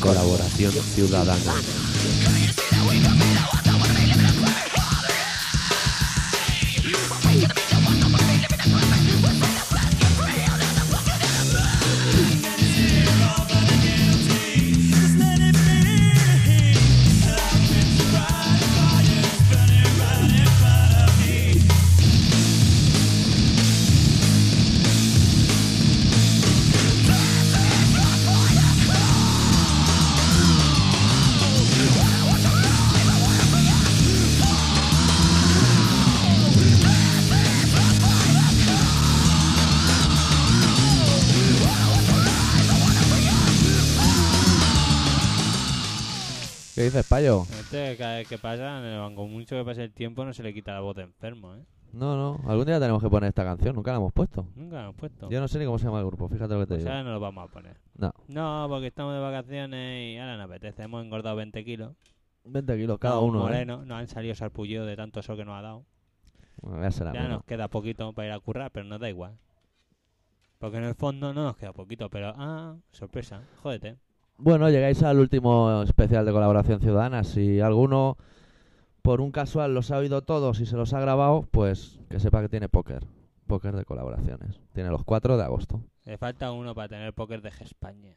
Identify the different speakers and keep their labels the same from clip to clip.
Speaker 1: Colaboración ciudadana.
Speaker 2: ¿Qué dices, payo?
Speaker 3: Este, cada vez que pasa, en el banco mucho que pase el tiempo, no se le quita la voz de enfermo, ¿eh?
Speaker 2: No, no, algún día tenemos que poner esta canción, nunca la hemos puesto.
Speaker 3: Nunca lo hemos puesto.
Speaker 2: Yo no sé ni cómo se llama el grupo, fíjate lo que te
Speaker 3: Pues
Speaker 2: digo.
Speaker 3: ahora no lo vamos a poner.
Speaker 2: No.
Speaker 3: No, porque estamos de vacaciones y ahora nos apetece. Hemos engordado 20 kilos.
Speaker 2: 20 kilos cada
Speaker 3: Estamos
Speaker 2: uno, ¿eh?
Speaker 3: morenos, Nos han salido sarpullidos de tanto sol que nos ha dado.
Speaker 2: Bueno, ya será
Speaker 3: ya
Speaker 2: menos.
Speaker 3: nos queda poquito para ir a currar, pero nos da igual. Porque en el fondo no nos queda poquito, pero... Ah, sorpresa. Jódete.
Speaker 2: Bueno, llegáis al último especial de colaboración ciudadana. Si alguno, por un casual, los ha oído todos y se los ha grabado, pues que sepa que tiene póker. Póker de colaboraciones. Tiene los 4 de agosto.
Speaker 3: Le falta uno para tener póker de España.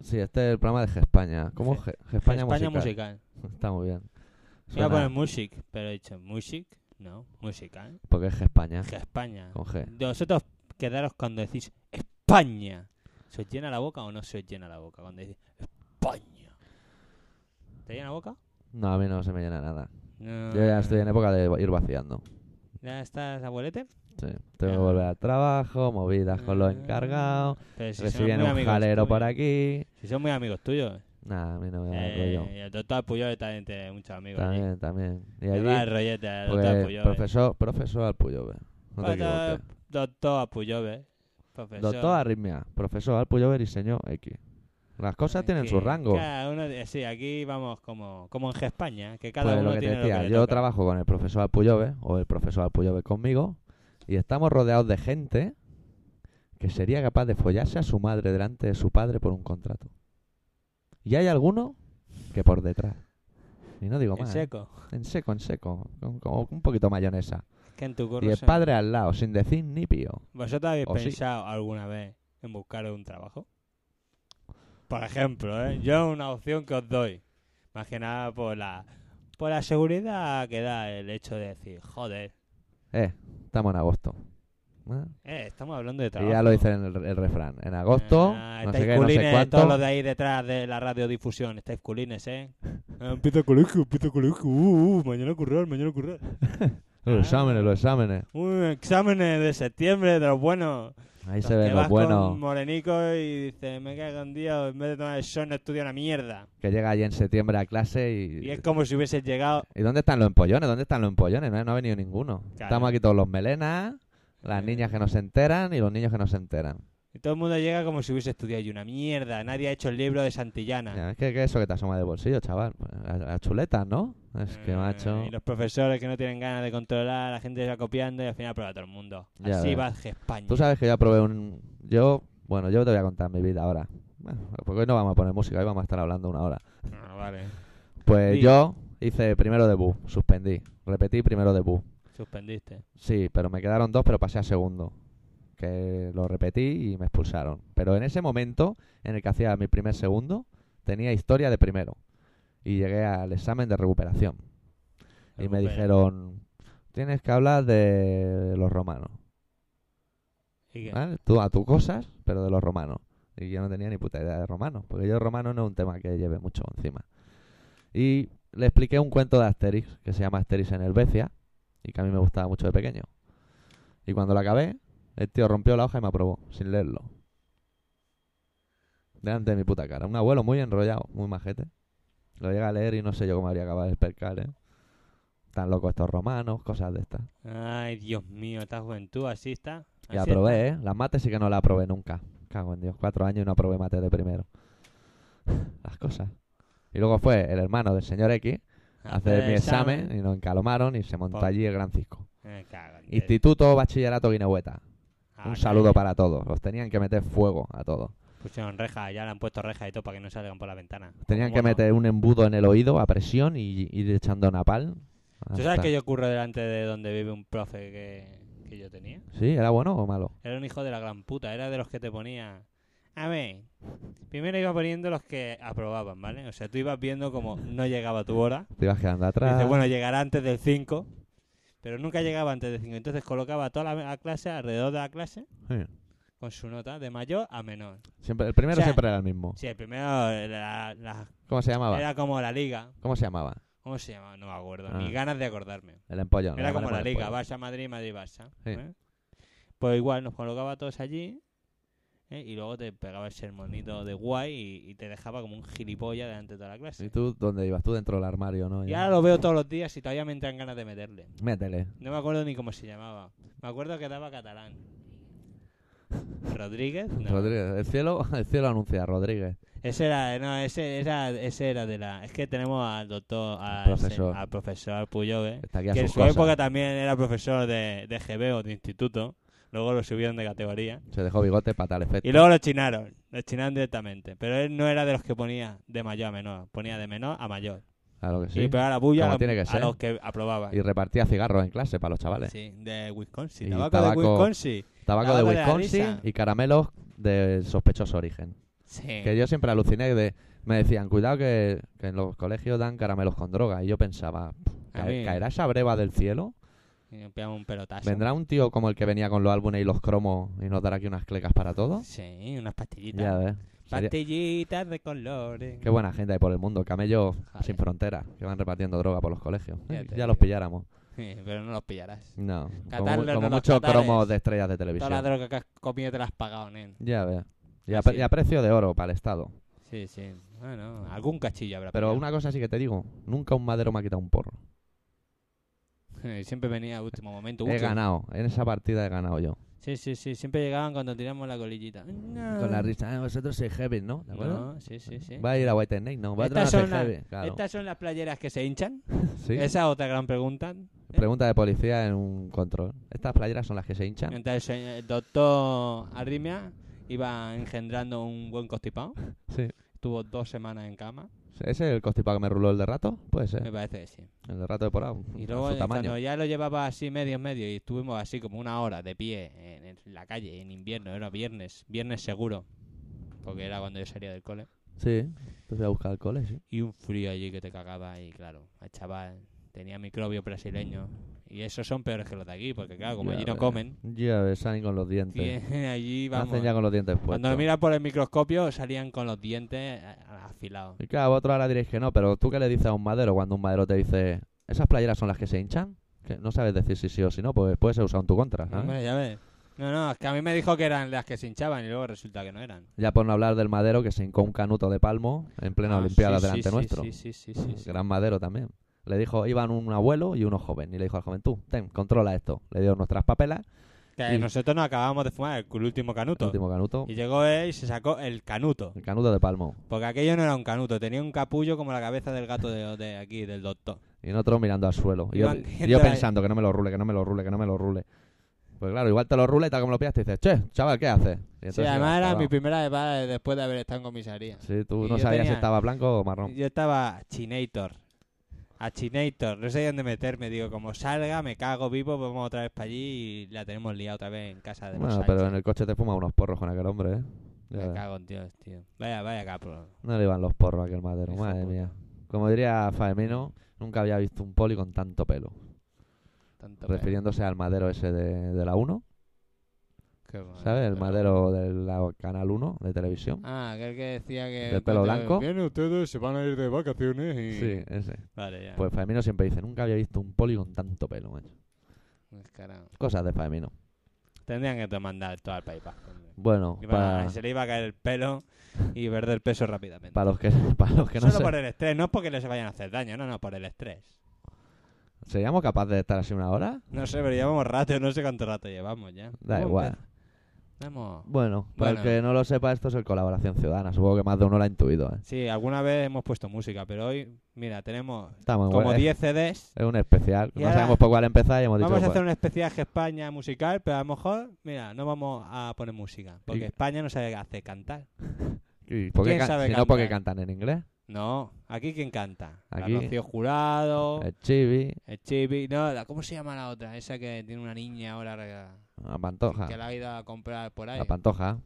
Speaker 2: Sí, este es el programa de España. ¿Cómo?
Speaker 3: Ge-
Speaker 2: España
Speaker 3: España
Speaker 2: musical.
Speaker 3: musical.
Speaker 2: Está muy bien.
Speaker 3: Iba a
Speaker 2: Suena-
Speaker 3: poner music, pero he dicho music, no, musical.
Speaker 2: Porque es España.
Speaker 3: Que España.
Speaker 2: Con G.
Speaker 3: Vosotros quedaros cuando decís España. ¿Se os llena la boca o no se os llena la boca cuando decís España? ¿Te llena la boca?
Speaker 2: No, a mí no se me llena nada.
Speaker 3: No.
Speaker 2: Yo ya estoy en época de ir vaciando.
Speaker 3: Mm, ¿Ya estás abuelete?
Speaker 2: Sí. Tengo que
Speaker 3: Ah.
Speaker 2: volver al trabajo, movidas con
Speaker 3: Eh,
Speaker 2: los encargados.
Speaker 3: Mm, Pero si
Speaker 2: Recibían
Speaker 3: son muy
Speaker 2: un
Speaker 3: amigos
Speaker 2: jalero
Speaker 3: tuyos.
Speaker 2: por aquí.
Speaker 3: Si son muy amigos tuyos.
Speaker 2: Nada, a mí no me da el rollo.
Speaker 3: Eh, y el doctor Puyol también tiene muchos amigos. allí.
Speaker 2: También, también. Y
Speaker 3: Le
Speaker 2: allí,
Speaker 3: va el rollete al doctor
Speaker 2: pues,
Speaker 3: Puyol. eh.
Speaker 2: profesor, profesor al Puyove. No te
Speaker 3: Doctor-
Speaker 2: equivoques.
Speaker 3: Doctor Puyol, eh. profesor.
Speaker 2: Doctor Arritmia, profesor al Puyove y señor X. Las cosas tienen
Speaker 3: Aquí,
Speaker 2: su rango.
Speaker 3: cada uno- eh, sí, aquí vamos como, como en España, que cada
Speaker 2: Pues
Speaker 3: uno
Speaker 2: lo que te
Speaker 3: tiene
Speaker 2: decía,
Speaker 3: lo que le
Speaker 2: yo
Speaker 3: toca.
Speaker 2: trabajo con el profesor Alpuyove o el profesor Alpuyove conmigo y estamos rodeados de gente que sería capaz de follarse a su madre delante de su padre por un contrato. Y hay alguno que por detrás. Y no digo
Speaker 3: En
Speaker 2: más. ¿eh?
Speaker 3: seco.
Speaker 2: En seco, en seco. Con, con un poquito de mayonesa.
Speaker 3: Que en tu curro
Speaker 2: Y el
Speaker 3: se-
Speaker 2: padre al lado, sin decir ni pío.
Speaker 3: ¿Vosotros habéis
Speaker 2: o sí.
Speaker 3: pensado alguna vez en buscar un trabajo? Por ejemplo, ¿eh? yo una opción que os doy. Más que nada por la, por la seguridad que da el hecho de decir, joder,
Speaker 2: Eh, estamos en agosto. ¿Eh?
Speaker 3: eh, estamos hablando de
Speaker 2: Y
Speaker 3: trabajo.
Speaker 2: ya lo dice en el, el refrán. En agosto,
Speaker 3: Ah,
Speaker 2: no sé
Speaker 3: estáis
Speaker 2: qué, no sé
Speaker 3: culines, todos los
Speaker 2: cuánto.
Speaker 3: de ahí detrás de la radiodifusión, estáis culines, ¿eh? Ah, empieza el colegio, empieza el colegio, uh, uh, mañana currar, mañana currar.
Speaker 2: Los exámenes, los exámenes.
Speaker 3: Uh, exámenes de septiembre de los buenos.
Speaker 2: Ahí
Speaker 3: Los
Speaker 2: se
Speaker 3: que
Speaker 2: ven los
Speaker 3: vas
Speaker 2: buenos.
Speaker 3: con Morenico y dice, me cago en día, en vez de tomar el sol no estudio una mierda.
Speaker 2: que llega allí en septiembre a clase
Speaker 3: Y
Speaker 2: y...
Speaker 3: es como si hubieses llegado...
Speaker 2: ¿Y dónde están los empollones? ¿Dónde están los empollones? No, no ha venido ninguno.
Speaker 3: Claro.
Speaker 2: Estamos aquí todos los melenas, las
Speaker 3: Eh.
Speaker 2: niñas que no se enteran y los niños que no se enteran.
Speaker 3: Y todo el mundo llega como si hubiese estudiado y una mierda. Nadie ha hecho el libro de Santillana.
Speaker 2: Ya, Es que, que eso que te asoma de bolsillo, chaval. Las las chuletas, ¿no? Es que,
Speaker 3: Eh,
Speaker 2: macho...
Speaker 3: Y los profesores que no tienen ganas de controlar, la gente se va copiando y al final prueba todo el mundo.
Speaker 2: Ya
Speaker 3: Así
Speaker 2: ves. Pues,
Speaker 3: va España.
Speaker 2: Tú sabes que yo aprobé un... Yo... Bueno, yo te voy a contar mi vida ahora. Bueno, porque hoy no vamos a poner música, hoy vamos a estar hablando una hora.
Speaker 3: Ah, vale.
Speaker 2: Pues
Speaker 3: Sí.
Speaker 2: yo hice primero debut, suspendí. Repetí primero debut.
Speaker 3: Suspendiste.
Speaker 2: Sí, pero me quedaron dos, pero pasé a segundo. Que lo repetí y me expulsaron. Pero en ese momento, en el que hacía mi primer segundo, tenía historia de primero. Y llegué al examen de recuperación. Y me
Speaker 3: Recupera.
Speaker 2: dijeron, tienes que hablar de los romanos.
Speaker 3: ¿Y qué?
Speaker 2: ¿vale? Tú a tus cosas, pero de los romanos. Y yo no tenía ni puta idea de romanos, porque yo romano no es un tema que lleve mucho encima. Y le expliqué un cuento de Asterix que se llama Asterix en Helvecia y que a mí me gustaba mucho de pequeño. Y cuando lo acabé, el tío rompió la hoja y me aprobó, sin leerlo. Delante de mi puta cara. Un abuelo muy enrollado, muy majete. Lo llega a leer y no sé yo cómo habría acabado de percal, ¿eh? Tan locos estos romanos, cosas de estas.
Speaker 3: Ay, Dios mío, esta juventud así está.
Speaker 2: Y
Speaker 3: así
Speaker 2: aprobé, ¿eh? Las mates sí que no las aprobé nunca. Cago en Dios, cuatro años y no aprobé mates de primero. Las cosas. Y luego fue el hermano del señor X
Speaker 3: está.
Speaker 2: a hacer mi examen,
Speaker 3: examen.
Speaker 2: y nos encalomaron y se montó
Speaker 3: Por-
Speaker 2: allí el gran cisco.
Speaker 3: Me cago en diez.
Speaker 2: Instituto Bachillerato Guinehueta.
Speaker 3: Ah,
Speaker 2: Un
Speaker 3: que
Speaker 2: saludo para todos. Los tenían que meter fuego a todos.
Speaker 3: Pusieron reja, ya le han puesto reja y todo para que no salgan por la ventana.
Speaker 2: Tenían
Speaker 3: Como
Speaker 2: que
Speaker 3: no.
Speaker 2: meter un embudo en el oído a presión y ir echando napal.
Speaker 3: ¿Tú sabes
Speaker 2: Hasta-
Speaker 3: que yo ocurre delante de donde vive un profe que, que yo tenía?
Speaker 2: Sí, ¿era bueno o malo?
Speaker 3: Era un hijo de la gran puta, era de los que te ponía. A ver, primero iba poniendo los que aprobaban, ¿vale? O sea, tú ibas viendo como no llegaba tu hora.
Speaker 2: Te ibas quedando atrás.
Speaker 3: Dice, bueno, llegará antes del 5, pero nunca llegaba antes del 5. Entonces colocaba a toda la, la clase alrededor de la clase
Speaker 2: Sí.
Speaker 3: con su nota, de mayor a menor.
Speaker 2: Siempre, el primero
Speaker 3: O sea-
Speaker 2: siempre era el mismo.
Speaker 3: Sí, el primero era, la-
Speaker 2: ¿Cómo se llamaba?
Speaker 3: era como la liga.
Speaker 2: ¿Cómo se llamaba?
Speaker 3: ¿Cómo se llamaba? No me acuerdo,
Speaker 2: Ah.
Speaker 3: ni ganas de acordarme.
Speaker 2: El empollón.
Speaker 3: Era
Speaker 2: le
Speaker 3: como
Speaker 2: llamaban
Speaker 3: la
Speaker 2: el
Speaker 3: liga,
Speaker 2: empollón.
Speaker 3: Barça, Madrid, Madrid, Barça.
Speaker 2: pues Sí.
Speaker 3: ¿eh? Pues igual nos colocaba todos allí ¿eh? y luego te pegaba el sermonito de guay y, y te dejaba como un gilipollas delante de toda la clase.
Speaker 2: ¿Y tú dónde ibas? Tú dentro del armario, ¿no?
Speaker 3: Y
Speaker 2: Ya.
Speaker 3: ahora lo veo todos los días y todavía me entran ganas de meterle.
Speaker 2: Métele.
Speaker 3: No me acuerdo ni cómo se llamaba. Me acuerdo que daba catalán. ¿Rodríguez? No.
Speaker 2: Rodríguez. El cielo, el cielo anuncia a Rodríguez.
Speaker 3: Ese era, no, ese, era, ese era de la... Es que tenemos al doctor, al
Speaker 2: Profesor.
Speaker 3: se- al profesor Puyol, ¿eh?
Speaker 2: Está aquí a
Speaker 3: que en
Speaker 2: sus
Speaker 3: su
Speaker 2: cosas.
Speaker 3: época también era profesor de, de GB o de instituto. Luego lo subieron de categoría.
Speaker 2: Se dejó bigote para tal efecto.
Speaker 3: Y luego lo chinaron. Lo chinaron directamente. Pero él no era de los que ponía de mayor a menor. Ponía de menor a mayor.
Speaker 2: Claro que sí.
Speaker 3: Y pegaba la bulla a,
Speaker 2: Como
Speaker 3: los-
Speaker 2: tiene que
Speaker 3: a
Speaker 2: ser.
Speaker 3: los que aprobaban.
Speaker 2: Y repartía cigarros en clase para los chavales.
Speaker 3: Sí, de Wisconsin.
Speaker 2: Y
Speaker 3: Tabaco,
Speaker 2: tabaco-
Speaker 3: de Wisconsin.
Speaker 2: Tabaco de
Speaker 3: Tabaco de la
Speaker 2: Wisconsin
Speaker 3: risa.
Speaker 2: y caramelos de sospechoso origen.
Speaker 3: Sí.
Speaker 2: Que yo siempre aluciné de... Me decían, cuidado que, que en los colegios dan caramelos con droga. Y yo pensaba,
Speaker 3: A
Speaker 2: "¿Cae-
Speaker 3: mí-
Speaker 2: ¿caerá esa breva del cielo?
Speaker 3: Y nos pegamos un pelotazo.
Speaker 2: ¿Vendrá un tío como el que venía con los álbumes y los cromos y nos dará aquí unas clecas para todos?
Speaker 3: Sí, unas pastillitas.
Speaker 2: Ya ves. Sería-
Speaker 3: Pastillitas de colores.
Speaker 2: Qué buena gente hay por el mundo. Camellos
Speaker 3: Joder.
Speaker 2: sin fronteras que van repartiendo droga por los colegios.
Speaker 3: Ya
Speaker 2: Eh,
Speaker 3: te
Speaker 2: ya los
Speaker 3: digo.
Speaker 2: pilláramos.
Speaker 3: Sí, Pero no los pillarás.
Speaker 2: No. Como,
Speaker 3: Catarlo,
Speaker 2: como
Speaker 3: no los
Speaker 2: muchos
Speaker 3: catares.
Speaker 2: cromos de estrellas de
Speaker 3: Toda la
Speaker 2: televisión.
Speaker 3: droga que has comido te la has pagado, nen.
Speaker 2: Ya ves. Y a,
Speaker 3: Así
Speaker 2: pre- y a
Speaker 3: es.
Speaker 2: precio de oro para el Estado.
Speaker 3: Sí, sí. Bueno, algún cachillo habrá.
Speaker 2: Pero
Speaker 3: pillado.
Speaker 2: una cosa sí que te digo. Nunca un madero me ha quitado un porro.
Speaker 3: Sí, Siempre venía a último momento.
Speaker 2: He
Speaker 3: último.
Speaker 2: ganado. En esa partida he ganado yo.
Speaker 3: Sí, sí, sí. Siempre llegaban cuando tiramos la colillita. No.
Speaker 2: Con la risa. "Ah, vosotros sois heavy, ¿no? ¿De acuerdo?
Speaker 3: No, sí, sí, sí.
Speaker 2: Va a ir a White Snake, ¿no? Va a
Speaker 3: Estas
Speaker 2: tronar
Speaker 3: son las-
Speaker 2: heavy. Claro.
Speaker 3: ¿Estas son las playeras que se hinchan?
Speaker 2: Sí.
Speaker 3: Esa es otra gran pregunta.
Speaker 2: Pregunta de policía en un control. Estas playeras son las que se hinchan.
Speaker 3: Entonces eh, el doctor Arrimia iba engendrando un buen constipado.
Speaker 2: Sí.
Speaker 3: Estuvo dos semanas en cama.
Speaker 2: ¿Ese es el constipado que me ruló el de rato? Puede
Speaker 3: Me
Speaker 2: ser.
Speaker 3: parece que sí.
Speaker 2: El de rato de por ahí,
Speaker 3: Y
Speaker 2: a
Speaker 3: luego
Speaker 2: su
Speaker 3: eh,
Speaker 2: tamaño.
Speaker 3: cuando ya lo llevaba así medio medio y estuvimos así como una hora de pie en, en la calle en invierno, era viernes, viernes seguro, porque era cuando yo salía del cole.
Speaker 2: Sí, te voy a buscar al cole, sí.
Speaker 3: Y un frío allí que te cagaba y claro, el chaval tenía microbios brasileños y esos son peores que los de aquí, porque claro, como
Speaker 2: Ya
Speaker 3: allí no
Speaker 2: ves.
Speaker 3: comen,
Speaker 2: Ya ves, salen con los dientes.
Speaker 3: tienen allí vamos.
Speaker 2: Hacen ya con los dientes puestos.
Speaker 3: Cuando me miras por el microscopio salían con los dientes a- a- afilados.
Speaker 2: Y claro, vosotros ahora diréis que no, pero ¿tú qué le dices a un madero cuando un madero te dice esas playeras son las que se hinchan? Que no sabes decir si sí o si no, pues puede ser usado en tu contra, ¿sabes?
Speaker 3: Hombre, ya ves. No, no, es que a mí me dijo que eran las que se hinchaban y luego resulta que no eran.
Speaker 2: Ya por no hablar del madero que se hincó un canuto de palmo en plena
Speaker 3: Ah,
Speaker 2: olimpiada
Speaker 3: sí, sí,
Speaker 2: delante
Speaker 3: sí,
Speaker 2: nuestro.
Speaker 3: Sí, sí, sí, sí, sí.
Speaker 2: Gran madero también. Le dijo, iban un abuelo y uno joven. Y le dijo al joven, tú, ten, controla esto. Le dio nuestras papelas,
Speaker 3: Que
Speaker 2: Y-
Speaker 3: nosotros nos acabábamos de fumar el, cu- el último
Speaker 2: el
Speaker 3: canuto.
Speaker 2: último canuto,
Speaker 3: Y llegó él y se sacó el canuto.
Speaker 2: el canuto de palmo.
Speaker 3: Porque aquello no era un canuto, tenía un capullo como la cabeza del gato de, de aquí, del doctor.
Speaker 2: Y nosotros mirando al suelo. Y yo,
Speaker 3: Iban
Speaker 2: y
Speaker 3: gente
Speaker 2: yo
Speaker 3: ahí.
Speaker 2: pensando que no me lo rule, que no me lo rule, que no me lo rule. Pues claro, igual te lo rule y tal como lo pillas, te dices, che, chaval, ¿qué haces? Y
Speaker 3: Sí,
Speaker 2: entonces ibas
Speaker 3: además era
Speaker 2: cagao.
Speaker 3: mi primera vez después de haber estado en comisaría.
Speaker 2: Sí, tú
Speaker 3: y
Speaker 2: no
Speaker 3: yo
Speaker 2: sabías si
Speaker 3: tenía-
Speaker 2: estaba blanco o marrón.
Speaker 3: Yo estaba a chinator. A chinator, no sé dónde meterme. Digo, como salga, me cago vivo, vamos otra vez para allí y la tenemos liada otra vez en casa de los
Speaker 2: Bueno,
Speaker 3: Sánchez.
Speaker 2: pero en el coche te fuma unos porros con aquel hombre, ¿eh? Ya
Speaker 3: Me
Speaker 2: ves.
Speaker 3: cago en Dios, tío. Vaya, vaya capro.
Speaker 2: No le iban los porros a aquel madero,
Speaker 3: Hijo de
Speaker 2: madre
Speaker 3: puta.
Speaker 2: mía. Como diría Faemino, nunca había visto un poli con tanto pelo.
Speaker 3: Tanto
Speaker 2: refiriéndose al madero ese de, de la 1,
Speaker 3: Qué bueno,
Speaker 2: ¿Sabes? El
Speaker 3: pero-
Speaker 2: madero del la- Canal 1 de televisión.
Speaker 3: Ah, aquel que decía que.
Speaker 2: De pelo
Speaker 3: cuando
Speaker 2: blanco.
Speaker 3: Vienen ustedes, se van a ir de vacaciones y.
Speaker 2: Sí, ese.
Speaker 3: Vale, ya.
Speaker 2: Pues Faemino siempre dice, nunca había visto un poli con tanto pelo, macho.
Speaker 3: Descarado.
Speaker 2: Cosas de Faemino.
Speaker 3: Pues, Tendrían que te mandar todo al País Vasco, hombre.
Speaker 2: Bueno,
Speaker 3: Iban a-
Speaker 2: para,
Speaker 3: Se le iba a caer el pelo y perder peso rápidamente.
Speaker 2: para los que, para los que no
Speaker 3: Solo
Speaker 2: se-
Speaker 3: por el estrés, no es porque les vayan a hacer daño, no, no, por el estrés.
Speaker 2: ¿Seríamos capaces de estar así una hora?
Speaker 3: No sé, pero llevamos rato, no sé cuánto rato llevamos ya.
Speaker 2: Da
Speaker 3: Hemos
Speaker 2: igual.
Speaker 3: empezado- Vamos.
Speaker 2: Bueno, para el
Speaker 3: Bueno.
Speaker 2: que no lo sepa, esto es el Colaboración Ciudadana. Supongo que más de uno lo ha intuido, ¿eh?
Speaker 3: Sí, alguna vez hemos puesto música, pero hoy, mira, tenemos
Speaker 2: Está muy
Speaker 3: como
Speaker 2: bueno.
Speaker 3: 10 CDs.
Speaker 2: Es, es un especial.
Speaker 3: Y
Speaker 2: no
Speaker 3: ahora-
Speaker 2: sabemos por cuál empezar y hemos dicho...
Speaker 3: Vamos a
Speaker 2: pues,
Speaker 3: hacer un especiaje España musical, pero a lo mejor, mira, no vamos a poner música, porque
Speaker 2: Y-
Speaker 3: España no sabe hacer cantar.
Speaker 2: ¿y por qué
Speaker 3: ¿quién
Speaker 2: can-
Speaker 3: sabe
Speaker 2: si no, porque
Speaker 3: cantar?
Speaker 2: cantan en inglés.
Speaker 3: No, aquí quién canta. La
Speaker 2: Aquí- Eh.
Speaker 3: Rocío Jurado,
Speaker 2: El chibi,
Speaker 3: el Chibi, no, la- ¿cómo se llama la otra? Esa que tiene una niña ahora que-
Speaker 2: la pantoja.
Speaker 3: que la ha ido a comprar por ahí.
Speaker 2: La pantoja.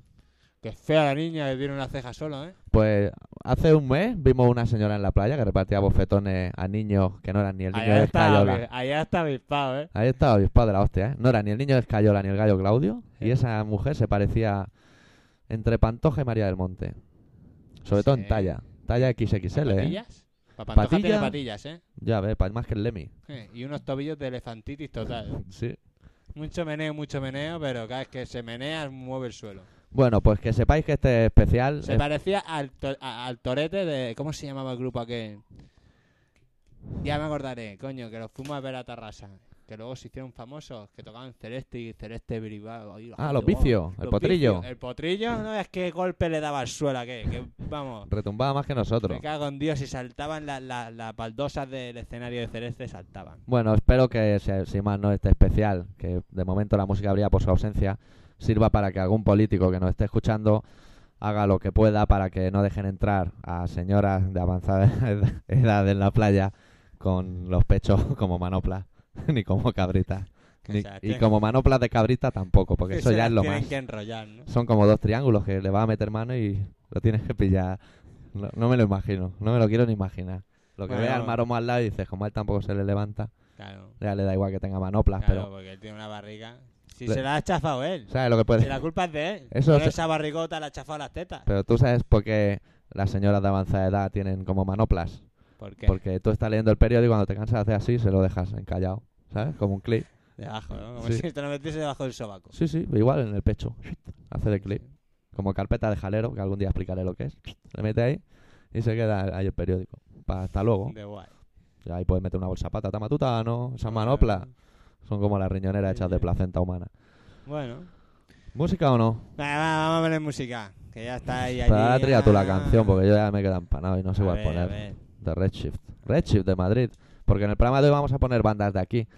Speaker 3: Que fea la niña que tiene una ceja solo, ¿eh?
Speaker 2: Pues hace un mes vimos una señora en la playa que repartía bofetones a niños que no eran ni el niño
Speaker 3: Allá
Speaker 2: de
Speaker 3: está,
Speaker 2: Escayola.
Speaker 3: abi- allá está avispado, ¿eh?
Speaker 2: Ahí estaba obispado de la hostia, ¿eh? No era ni el niño de Escayola ni el gallo Claudio.
Speaker 3: Sí.
Speaker 2: Y esa mujer se parecía entre Pantoja y María del Monte. Sobre todo en
Speaker 3: Sí.
Speaker 2: talla. Talla XXL, ¿eh?
Speaker 3: ¿Patillas? Papantoja tiene
Speaker 2: Patilla.
Speaker 3: patillas, ¿eh?
Speaker 2: Ya ves, pa- más que el Lemmy.
Speaker 3: Eh, Y unos tobillos de elefantitis total. ¿eh?
Speaker 2: Sí.
Speaker 3: Mucho meneo, mucho meneo, pero cada vez que se menea mueve el suelo.
Speaker 2: Bueno, pues que sepáis que este especial...
Speaker 3: Se
Speaker 2: es-
Speaker 3: parecía al, to- a- al torete de... ¿Cómo se llamaba el grupo aquel? Ya me acordaré, coño, que los fuimos a ver a Tarrasa. Que luego se hicieron famosos, que tocaban Celeste y Celeste derivado.
Speaker 2: Ah, los vicios, el potrillo.
Speaker 3: El potrillo, no, es que golpe le daba al suelo a que, que vamos...
Speaker 2: Retumbaba más que nosotros.
Speaker 3: Me cago en Dios, y saltaban la- la- las baldosas del escenario de Celeste, saltaban.
Speaker 2: Bueno, espero que, si- si más no este especial, que de momento la música habría por su ausencia, sirva para que algún político que nos esté escuchando haga lo que pueda para que no dejen entrar a señoras de avanzada ed- edad en la playa con los pechos como manoplas, ni como cabritas. Ni-
Speaker 3: O sea,
Speaker 2: y
Speaker 3: tienen-
Speaker 2: como manoplas de cabrita tampoco, porque
Speaker 3: que
Speaker 2: eso
Speaker 3: se
Speaker 2: ya
Speaker 3: las
Speaker 2: es lo
Speaker 3: tienen
Speaker 2: más.
Speaker 3: que enrollar, ¿no?
Speaker 2: Son como dos triángulos que le vas a meter mano y lo tienes que pillar. No, no me lo imagino, no me lo quiero ni imaginar. Lo que
Speaker 3: Bueno.
Speaker 2: ve al maromo al lado y dices, como a él tampoco se le levanta.
Speaker 3: Claro,
Speaker 2: Ya le da igual que tenga manoplas,
Speaker 3: claro,
Speaker 2: Ah, pero.
Speaker 3: porque él tiene una barriga. Si
Speaker 2: Le-
Speaker 3: se la ha chafado él,
Speaker 2: ¿Sabes lo que puede
Speaker 3: si la culpa es de él.
Speaker 2: Eso
Speaker 3: Pero
Speaker 2: se-
Speaker 3: esa barrigota la ha chafado las tetas.
Speaker 2: Pero tú sabes por qué las señoras de avanzada edad tienen como manoplas.
Speaker 3: ¿Por qué?
Speaker 2: Porque tú estás leyendo el periódico y cuando te cansas de hacer así, se lo dejas encallado. ¿Sabes? Como un clip.
Speaker 3: Debajo, ¿no? Como
Speaker 2: Sí.
Speaker 3: si te lo metiese debajo del sobaco.
Speaker 2: Sí, sí, igual en el pecho. Hacer el clip. Como carpeta de jalero, que algún día explicaré lo que es. Le mete ahí y se queda ahí el periódico. Pa- hasta luego.
Speaker 3: De guay.
Speaker 2: Y ahí puedes meter una bolsa de patata matutano. Esas manoplas son como las riñoneras
Speaker 3: Sí,
Speaker 2: hechas de
Speaker 3: sí.
Speaker 2: placenta humana.
Speaker 3: Bueno.
Speaker 2: ¿Música o no?
Speaker 3: Venga, va, vamos a poner música. Que ya está ahí. allí.
Speaker 2: Para tría tú la
Speaker 3: Ah.
Speaker 2: canción porque yo ya me quedo empanado y no sé
Speaker 3: A
Speaker 2: cuál
Speaker 3: ver, a
Speaker 2: poner.
Speaker 3: ver.
Speaker 2: De Redshift. Redshift de Madrid. Porque en el programa de hoy vamos a poner bandas de aquí.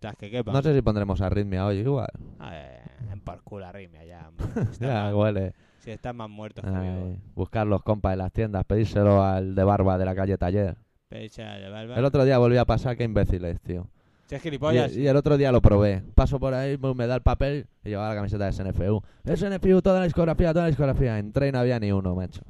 Speaker 3: Tras que quepa.
Speaker 2: No sé si pondremos arritmia hoy igual.
Speaker 3: A ver, en por culo arritmia ya. hombre. Está
Speaker 2: Ya,
Speaker 3: mal.
Speaker 2: huele.
Speaker 3: Si están más muertos que vivos.
Speaker 2: Ay, buscar los compas en las tiendas, pedírselo al de barba de la calle Taller.
Speaker 3: Pecha de barba.
Speaker 2: El otro día volví a pasar, qué imbéciles, tío.
Speaker 3: Si es
Speaker 2: Y,
Speaker 3: gilipollas.
Speaker 2: y el otro día lo probé. Paso por ahí, me me da el papel y llevaba la camiseta de SNFU. SNFU, toda la discografía, toda la discografía. Entré y no había ni uno, macho.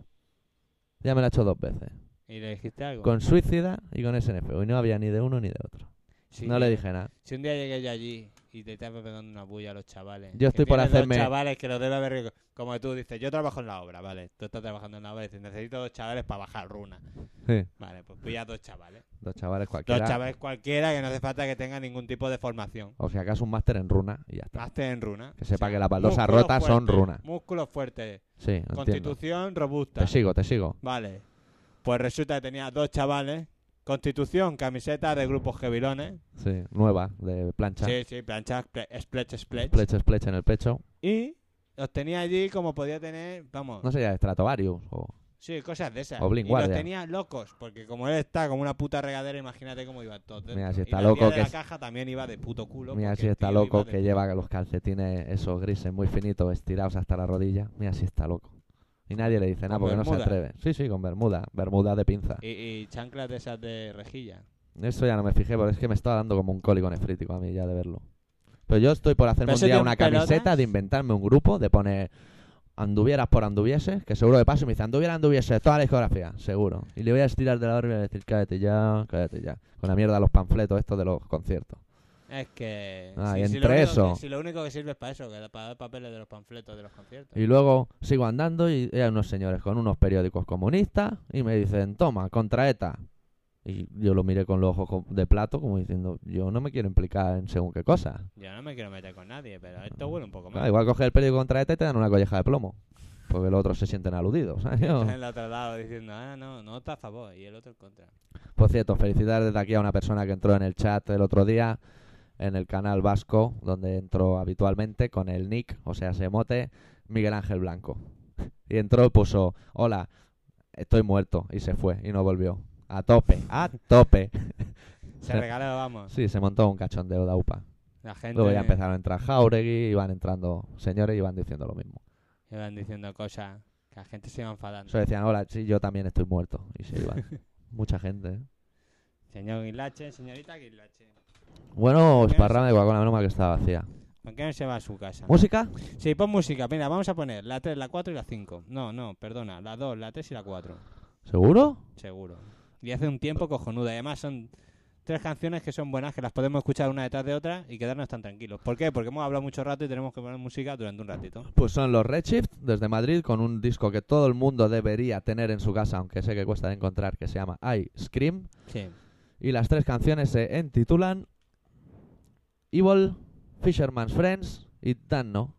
Speaker 2: Ya me la he hecho dos veces.
Speaker 3: ¿Y le dijiste algo?
Speaker 2: Con Suicida y con SNFU. Y no había ni de uno ni de otro.
Speaker 3: Sí,
Speaker 2: No le dije nada.
Speaker 3: Si un día llegué yo allí y te estás pegando una bulla a los chavales.
Speaker 2: Yo estoy
Speaker 3: que
Speaker 2: por
Speaker 3: tienes dos
Speaker 2: hacerme-
Speaker 3: chavales que los debe haber. reco- Como tú dices, yo trabajo en la obra, ¿vale? Tú estás trabajando en la obra y dices, necesito dos chavales para bajar runa.
Speaker 2: Sí,
Speaker 3: Vale, pues pilla dos chavales.
Speaker 2: dos chavales
Speaker 3: Dos
Speaker 2: cualquiera.
Speaker 3: chavales cualquiera que no hace falta que tengan ningún tipo de formación.
Speaker 2: O sea, acaso un máster en runa y ya está.
Speaker 3: Máster en runa.
Speaker 2: Que sepa
Speaker 3: O sea,
Speaker 2: que las baldosas
Speaker 3: músculos
Speaker 2: rotas son
Speaker 3: fuertes,
Speaker 2: runa.
Speaker 3: Músculos fuertes.
Speaker 2: Sí, entiendo.
Speaker 3: Constitución robusta.
Speaker 2: Te sigo, te sigo.
Speaker 3: Vale. Pues resulta que tenía dos chavales. Constitución, camiseta de grupos gevilones.
Speaker 2: Sí, nueva, de plancha.
Speaker 3: Sí, sí, planchas, ple- splech, splech.
Speaker 2: Flecha, flecha en el pecho.
Speaker 3: Y los tenía allí como podía tener, vamos,
Speaker 2: No sería Stratovarius o...
Speaker 3: sí, cosas de esas.
Speaker 2: Oblin
Speaker 3: y
Speaker 2: Guardia.
Speaker 3: los tenía locos, porque como él está como una puta regadera, imagínate cómo iba todo. dentro.
Speaker 2: Mira, si
Speaker 3: Y
Speaker 2: está
Speaker 3: la
Speaker 2: loco
Speaker 3: tía de
Speaker 2: que
Speaker 3: la
Speaker 2: es-
Speaker 3: caja también iba de puto culo.
Speaker 2: Mira
Speaker 3: porque
Speaker 2: si
Speaker 3: el
Speaker 2: está
Speaker 3: tío
Speaker 2: loco
Speaker 3: iba de
Speaker 2: que
Speaker 3: puto-
Speaker 2: lleva los calcetines esos grises muy finitos, estirados hasta la rodilla. Mira si está loco. Y nadie le dice nada
Speaker 3: Con
Speaker 2: porque no se
Speaker 3: bermuda.
Speaker 2: atreve. Sí, sí, con bermuda. Bermuda de pinza.
Speaker 3: Y, y chanclas de esas de rejilla.
Speaker 2: Eso ya no me fijé porque es que me estaba dando como un cólico nefrítico a mí ya de verlo. Pero yo estoy por hacerme
Speaker 3: Pero
Speaker 2: un
Speaker 3: eso
Speaker 2: día
Speaker 3: tiene
Speaker 2: una
Speaker 3: pelotas.
Speaker 2: camiseta de inventarme un grupo, de poner anduvieras por anduvieses, que seguro de paso me dice anduviera, anduviese, toda la discografía, seguro. Y le voy a estirar de la barba y le voy a decir cállate ya, cállate ya. Con la mierda de los panfletos estos de los conciertos.
Speaker 3: Es que.
Speaker 2: Ah, y
Speaker 3: lo
Speaker 2: entre
Speaker 3: único que-
Speaker 2: eso.
Speaker 3: si lo único que sirve es para eso, que para dar papeles de los panfletos de los conciertos.
Speaker 2: Y luego sigo andando y hay unos señores con unos periódicos comunistas y me dicen, toma, contra ETA. Y yo lo miré con los ojos co- de plato como diciendo, yo no me quiero implicar en según qué cosa.
Speaker 3: Yo no me quiero meter con nadie, pero esto huele un poco
Speaker 2: Pues Claro,
Speaker 3: mal.
Speaker 2: igual coger el periódico contra ETA y te dan una colleja de plomo. Porque los otros se sienten aludidos. ¿sabes? Yo-
Speaker 3: Está en el otro lado diciendo, ah, no, no está a favor, y el otro en contra.
Speaker 2: Por cierto, felicidades desde aquí a una persona que entró en el chat el otro día en el canal vasco, donde entró habitualmente con el nick, o sea, se mote Miguel Ángel Blanco. Y entró y puso, hola, estoy muerto, y se fue, y no volvió. A tope, a tope.
Speaker 3: Se
Speaker 2: Se-
Speaker 3: regaló, vamos.
Speaker 2: Sí, se montó un cachondeo de UPA.
Speaker 3: La gente.
Speaker 2: Luego ya empezaron a entrar Jauregui, iban entrando señores y iban diciendo lo mismo.
Speaker 3: Iban diciendo cosas que la gente se iba enfadando.
Speaker 2: Eso decían, hola, sí, yo también estoy muerto, y se iban. Mucha gente, ¿eh?
Speaker 3: Señor Guilache, señorita Guilache.
Speaker 2: Bueno, esparrame de Coca-Cola, menos mal que estaba vacía.
Speaker 3: ¿Por qué no se va a su casa?
Speaker 2: ¿Música?
Speaker 3: Sí, pon música. Mira, vamos a poner la 3, la 4 y la 5. No, no, perdona. La 2, la 3 y la 4.
Speaker 2: ¿Seguro?
Speaker 3: Seguro. Y hace un tiempo cojonuda. Y además son tres canciones que son buenas, que las podemos escuchar una detrás de otra y quedarnos tan tranquilos. ¿Por qué? Porque hemos hablado mucho rato y tenemos que poner música durante un ratito.
Speaker 2: Pues son los Redshift desde Madrid con un disco que todo el mundo debería tener en su casa, aunque sé que cuesta de encontrar, que se llama I Scream.
Speaker 3: Sí.
Speaker 2: Y las tres canciones se entitulan Evil, Fisherman's Friends y Dan No.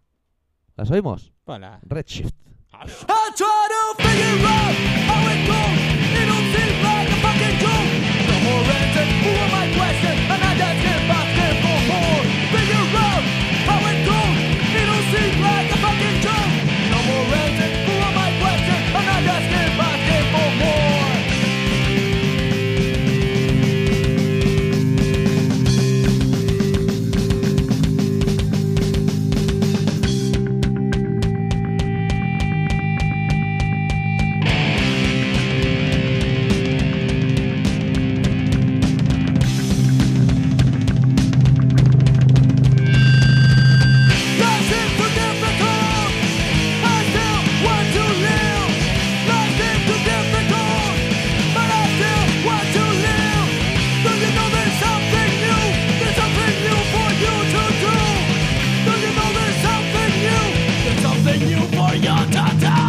Speaker 2: ¿Las oímos?
Speaker 3: Hola.
Speaker 2: Redshift.
Speaker 4: I try to figure out how it goes. It don't seem like a fucking joke. No more answers, who am I question? And I just can't step for more. Figure out how it goes. It don't seem like a fucking joke. No more answers, who am I question? And I just can't step for more. Life seems too difficult. I still want to live. Life seems too difficult, but I still want to live. Don't you know there's something new? There's something new for you to do. Don't you know there's something new? There's something new for you to do.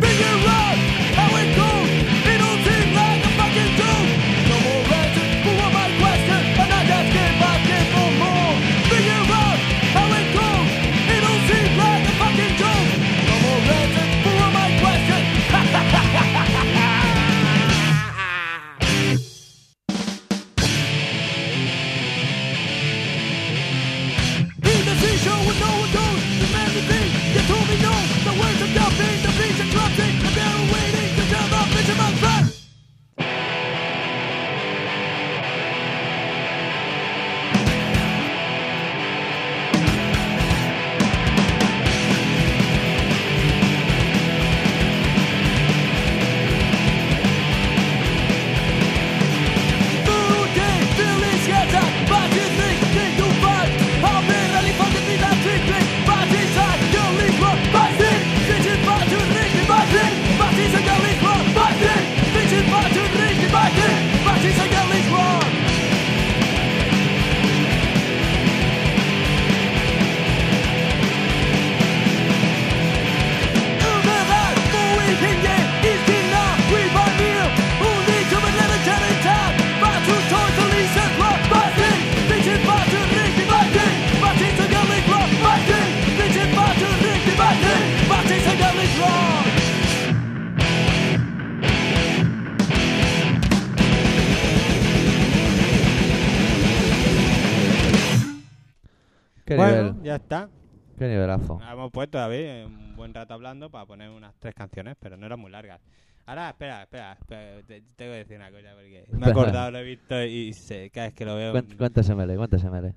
Speaker 4: Figure out how it goes. It don't seem like a fucking joke. No more answers for all my questions, and I just can't fucking no more. Figure out how it goes. It don't seem like a fucking joke. No more answers for all my questions. He's a seashell with no one knows. The man who thinks, you told me no. The words of nothing, the beats are dropping. The barrel waiting to tell the fisherman's friend. Wrong.
Speaker 2: Qué
Speaker 3: bueno,
Speaker 2: nivel,
Speaker 3: ya está.
Speaker 2: qué nivelazo.
Speaker 3: Hemos puesto, David, un buen rato hablando para poner unas tres canciones, pero no eran muy largas. Ahora, espera, espera, espera, te, tengo que decir una cosa porque me he acordado, lo he visto y sé, cada vez que lo veo.
Speaker 2: Cuént- Cuéntese, Mele, cuéntese, Mele.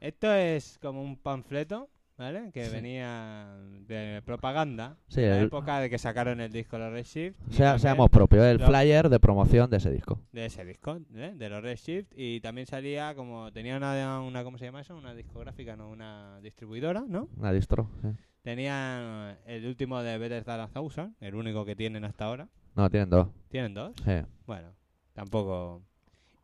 Speaker 3: Esto es como un panfleto, ¿vale? Que
Speaker 2: Sí.
Speaker 3: venía de propaganda.
Speaker 2: Sí,
Speaker 3: en la
Speaker 2: el-
Speaker 3: época de que sacaron el disco Los Redshift. y
Speaker 2: Sea-
Speaker 3: también
Speaker 2: seamos propios, el
Speaker 3: lo-
Speaker 2: flyer de promoción de ese disco.
Speaker 3: De ese disco, ¿eh? De Los Redshift. Y también salía como. Tenía una, una. ¿Cómo se llama eso? Una discográfica, no, una distribuidora, ¿no?
Speaker 2: Una distro. sí.
Speaker 3: Tenían el último de Better Than Thousand, el único que tienen hasta ahora.
Speaker 2: No, tienen dos.
Speaker 3: ¿Tienen dos?
Speaker 2: sí.
Speaker 3: Bueno, tampoco.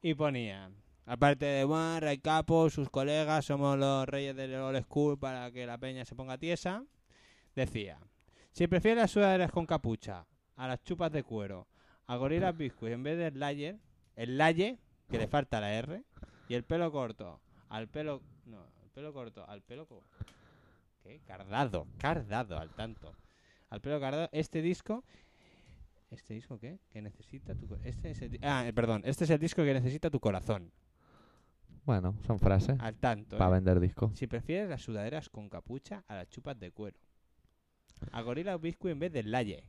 Speaker 3: Y ponía Aparte de Juan, Ray Capo, sus colegas, somos los reyes del old school para que la peña se ponga tiesa. Decía, si prefieres sudaderas con capucha, a las chupas de cuero, a gorilas biscuit en vez de slayer, el laye, que le falta la R, y el pelo corto, al pelo... No, el pelo corto, al pelo... co- ¿Qué? Cardado, cardado, al tanto. Al pelo cardado, este disco... ¿Este disco qué? Que necesita tu... co- Este es el di- Ah, eh, perdón, este es el disco que necesita tu corazón.
Speaker 2: Bueno, son frases
Speaker 3: Al tanto.
Speaker 2: para
Speaker 3: ¿eh?
Speaker 2: vender discos.
Speaker 3: Si prefieres las sudaderas con capucha a las chupas de cuero. A gorila biscuit en vez del laye.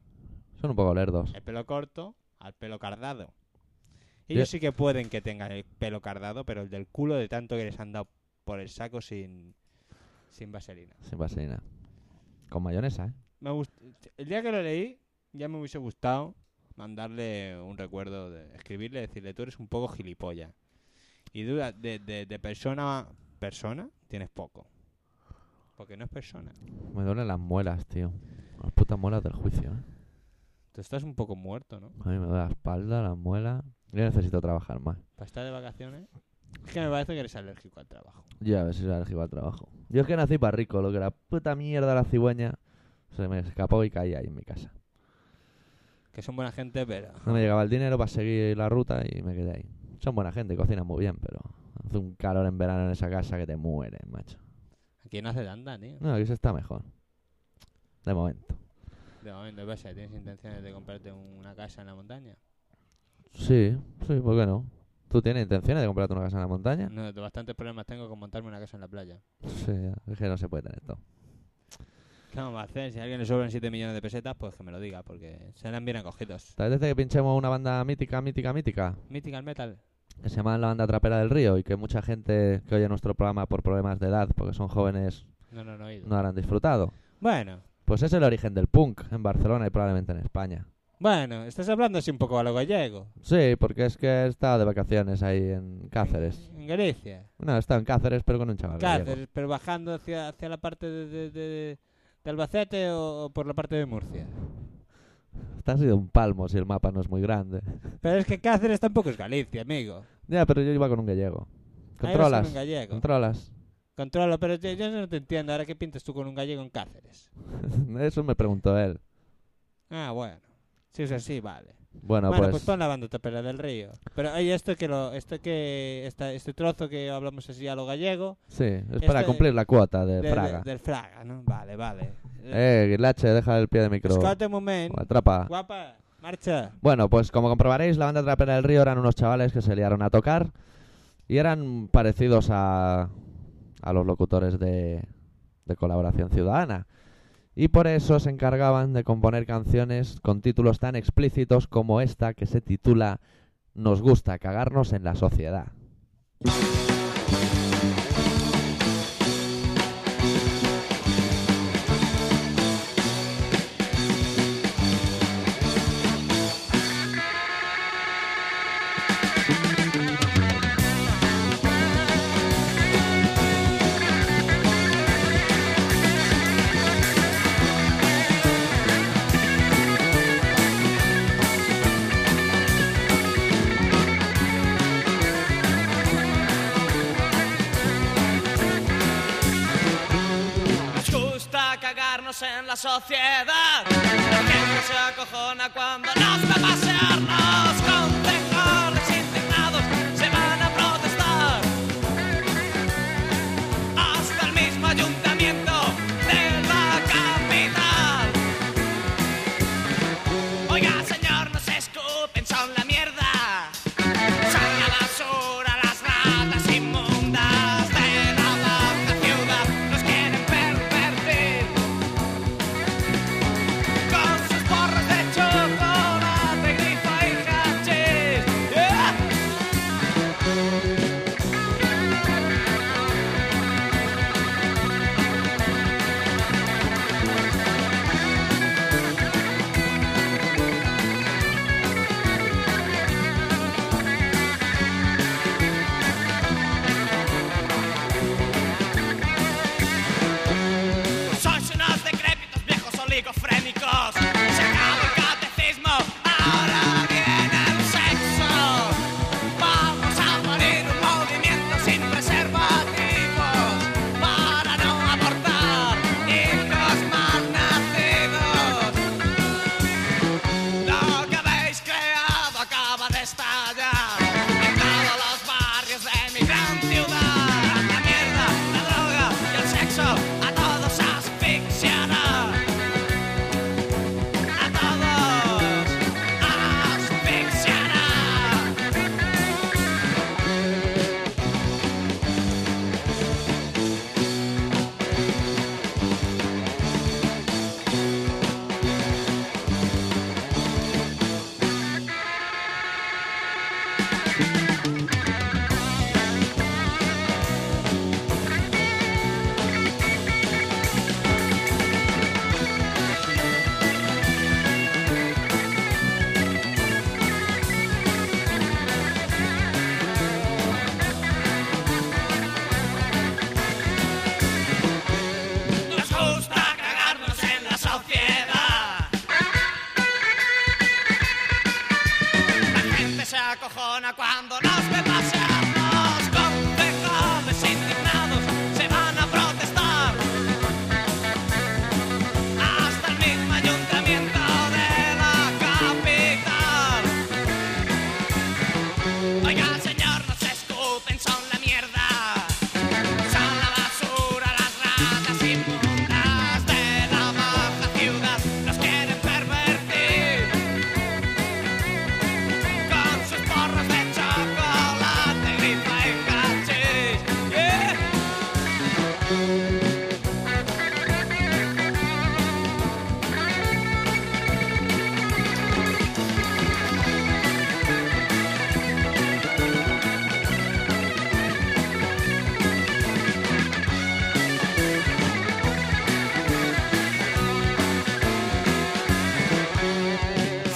Speaker 2: Son un poco lerdos.
Speaker 3: El pelo corto al pelo cardado.
Speaker 2: Yo-
Speaker 3: Ellos sí que pueden que tengan el pelo cardado, pero el del culo de tanto que les han dado por el saco sin, sin vaselina.
Speaker 2: Sin vaselina. Con mayonesa, ¿eh?
Speaker 3: Me gust- El día que lo leí, ya me hubiese gustado mandarle un recuerdo, de escribirle, decirle, tú eres un poco gilipollas. Y duda, de, de, de persona a persona, tienes poco. Porque no es persona.
Speaker 2: Me duelen las muelas, tío. Las putas muelas del juicio, ¿eh?
Speaker 3: Tú estás un poco muerto, ¿no?
Speaker 2: A mí me duele la espalda, las muelas. Yo necesito trabajar más.
Speaker 3: Para estar de vacaciones. Es que me parece que eres alérgico al trabajo.
Speaker 2: Yo a ver si soy alérgico al trabajo. Yo es que nací para rico, lo que la puta mierda la cigüeña se me escapó y caía ahí en mi casa.
Speaker 3: Que son buena gente, pero.
Speaker 2: No me llegaba el dinero para seguir la ruta y me quedé ahí. Son buena gente, cocinan muy bien, pero hace un calor en verano en esa casa que te mueres, macho.
Speaker 3: Aquí no hace tanta, tío.
Speaker 2: No, aquí se está mejor. De momento.
Speaker 3: De momento, pasa, ¿tienes intenciones de comprarte una casa en la montaña?
Speaker 2: Sí, sí, ¿por qué no? ¿Tú tienes intenciones de comprarte una casa en la montaña?
Speaker 3: No, de bastantes problemas tengo con montarme una casa en la playa.
Speaker 2: Sí, es que no se puede tener todo.
Speaker 3: ¿Qué vamos a hacer? Si a alguien le sobran 7 millones de pesetas, pues que me lo diga, porque serán bien acogidos.
Speaker 2: ¿Sabes desde que pinchemos una banda mítica, mítica, mítica?
Speaker 3: Mythical Metal.
Speaker 2: que se llama la banda Trapera del Río y que mucha gente que oye nuestro programa por problemas de edad, porque son jóvenes,
Speaker 3: No, no, no he ido.
Speaker 2: no habrán disfrutado.
Speaker 3: Bueno,
Speaker 2: Pues es el origen del punk en Barcelona y probablemente en España.
Speaker 3: bueno, estás hablando así un poco a lo gallego.
Speaker 2: Sí, porque es que he estado de vacaciones ahí en Cáceres.
Speaker 3: En Galicia.
Speaker 2: No, he estado en Cáceres, pero con un chaval. gallego.
Speaker 3: Cáceres, pero bajando hacia, hacia la parte de, de- de- de Albacete o, o por la parte de Murcia.
Speaker 2: Te has sido un palmo si el mapa no es muy grande.
Speaker 3: Pero es que Cáceres tampoco es Galicia, amigo.
Speaker 2: Ya, pero yo iba con un gallego.
Speaker 3: Ahí vas con
Speaker 2: Controlas,
Speaker 3: un gallego.
Speaker 2: controlas.
Speaker 3: Controlo, pero yo, yo no te entiendo. Ahora qué pintas tú con un gallego en Cáceres.
Speaker 2: Eso me preguntó él.
Speaker 3: Ah, bueno. Si es así, vale.
Speaker 2: Bueno,
Speaker 3: bueno, pues,
Speaker 2: pues...
Speaker 3: pon la banda tapera del río. Pero oye, esto que lo, esto que esta- este trozo que hablamos así a lo gallego
Speaker 2: sí, es para
Speaker 3: este-
Speaker 2: cumplir la cuota de,
Speaker 3: de-
Speaker 2: Praga.
Speaker 3: de- del Fraga, ¿no? Vale, vale.
Speaker 2: Eh, Guilache, deja el pie de micro.
Speaker 3: Escote un momento.
Speaker 2: Atrapa.
Speaker 3: Guapa, marcha.
Speaker 2: Bueno, pues como comprobaréis, la banda Trapera del Río eran unos chavales que se liaron a tocar y eran parecidos a, a los locutores de, de Colaboración Ciudadana. Y por eso se encargaban de componer canciones con títulos tan explícitos como esta que se titula Nos gusta cagarnos en la sociedad.
Speaker 5: Nos gusta cagarnos en la sociedad. La gente se acojona cuando nos va a pasearnos. Concejales indignados se van a protestar. Hasta el mismo ayuntamiento de la capital. Oiga, señor, nos escupen, son la mierda. Son la basura, las ratas inmundas de la baja ciudad. Nos quieren pervertir con sus porros de chocolate, grifa y ¡Eh! gas.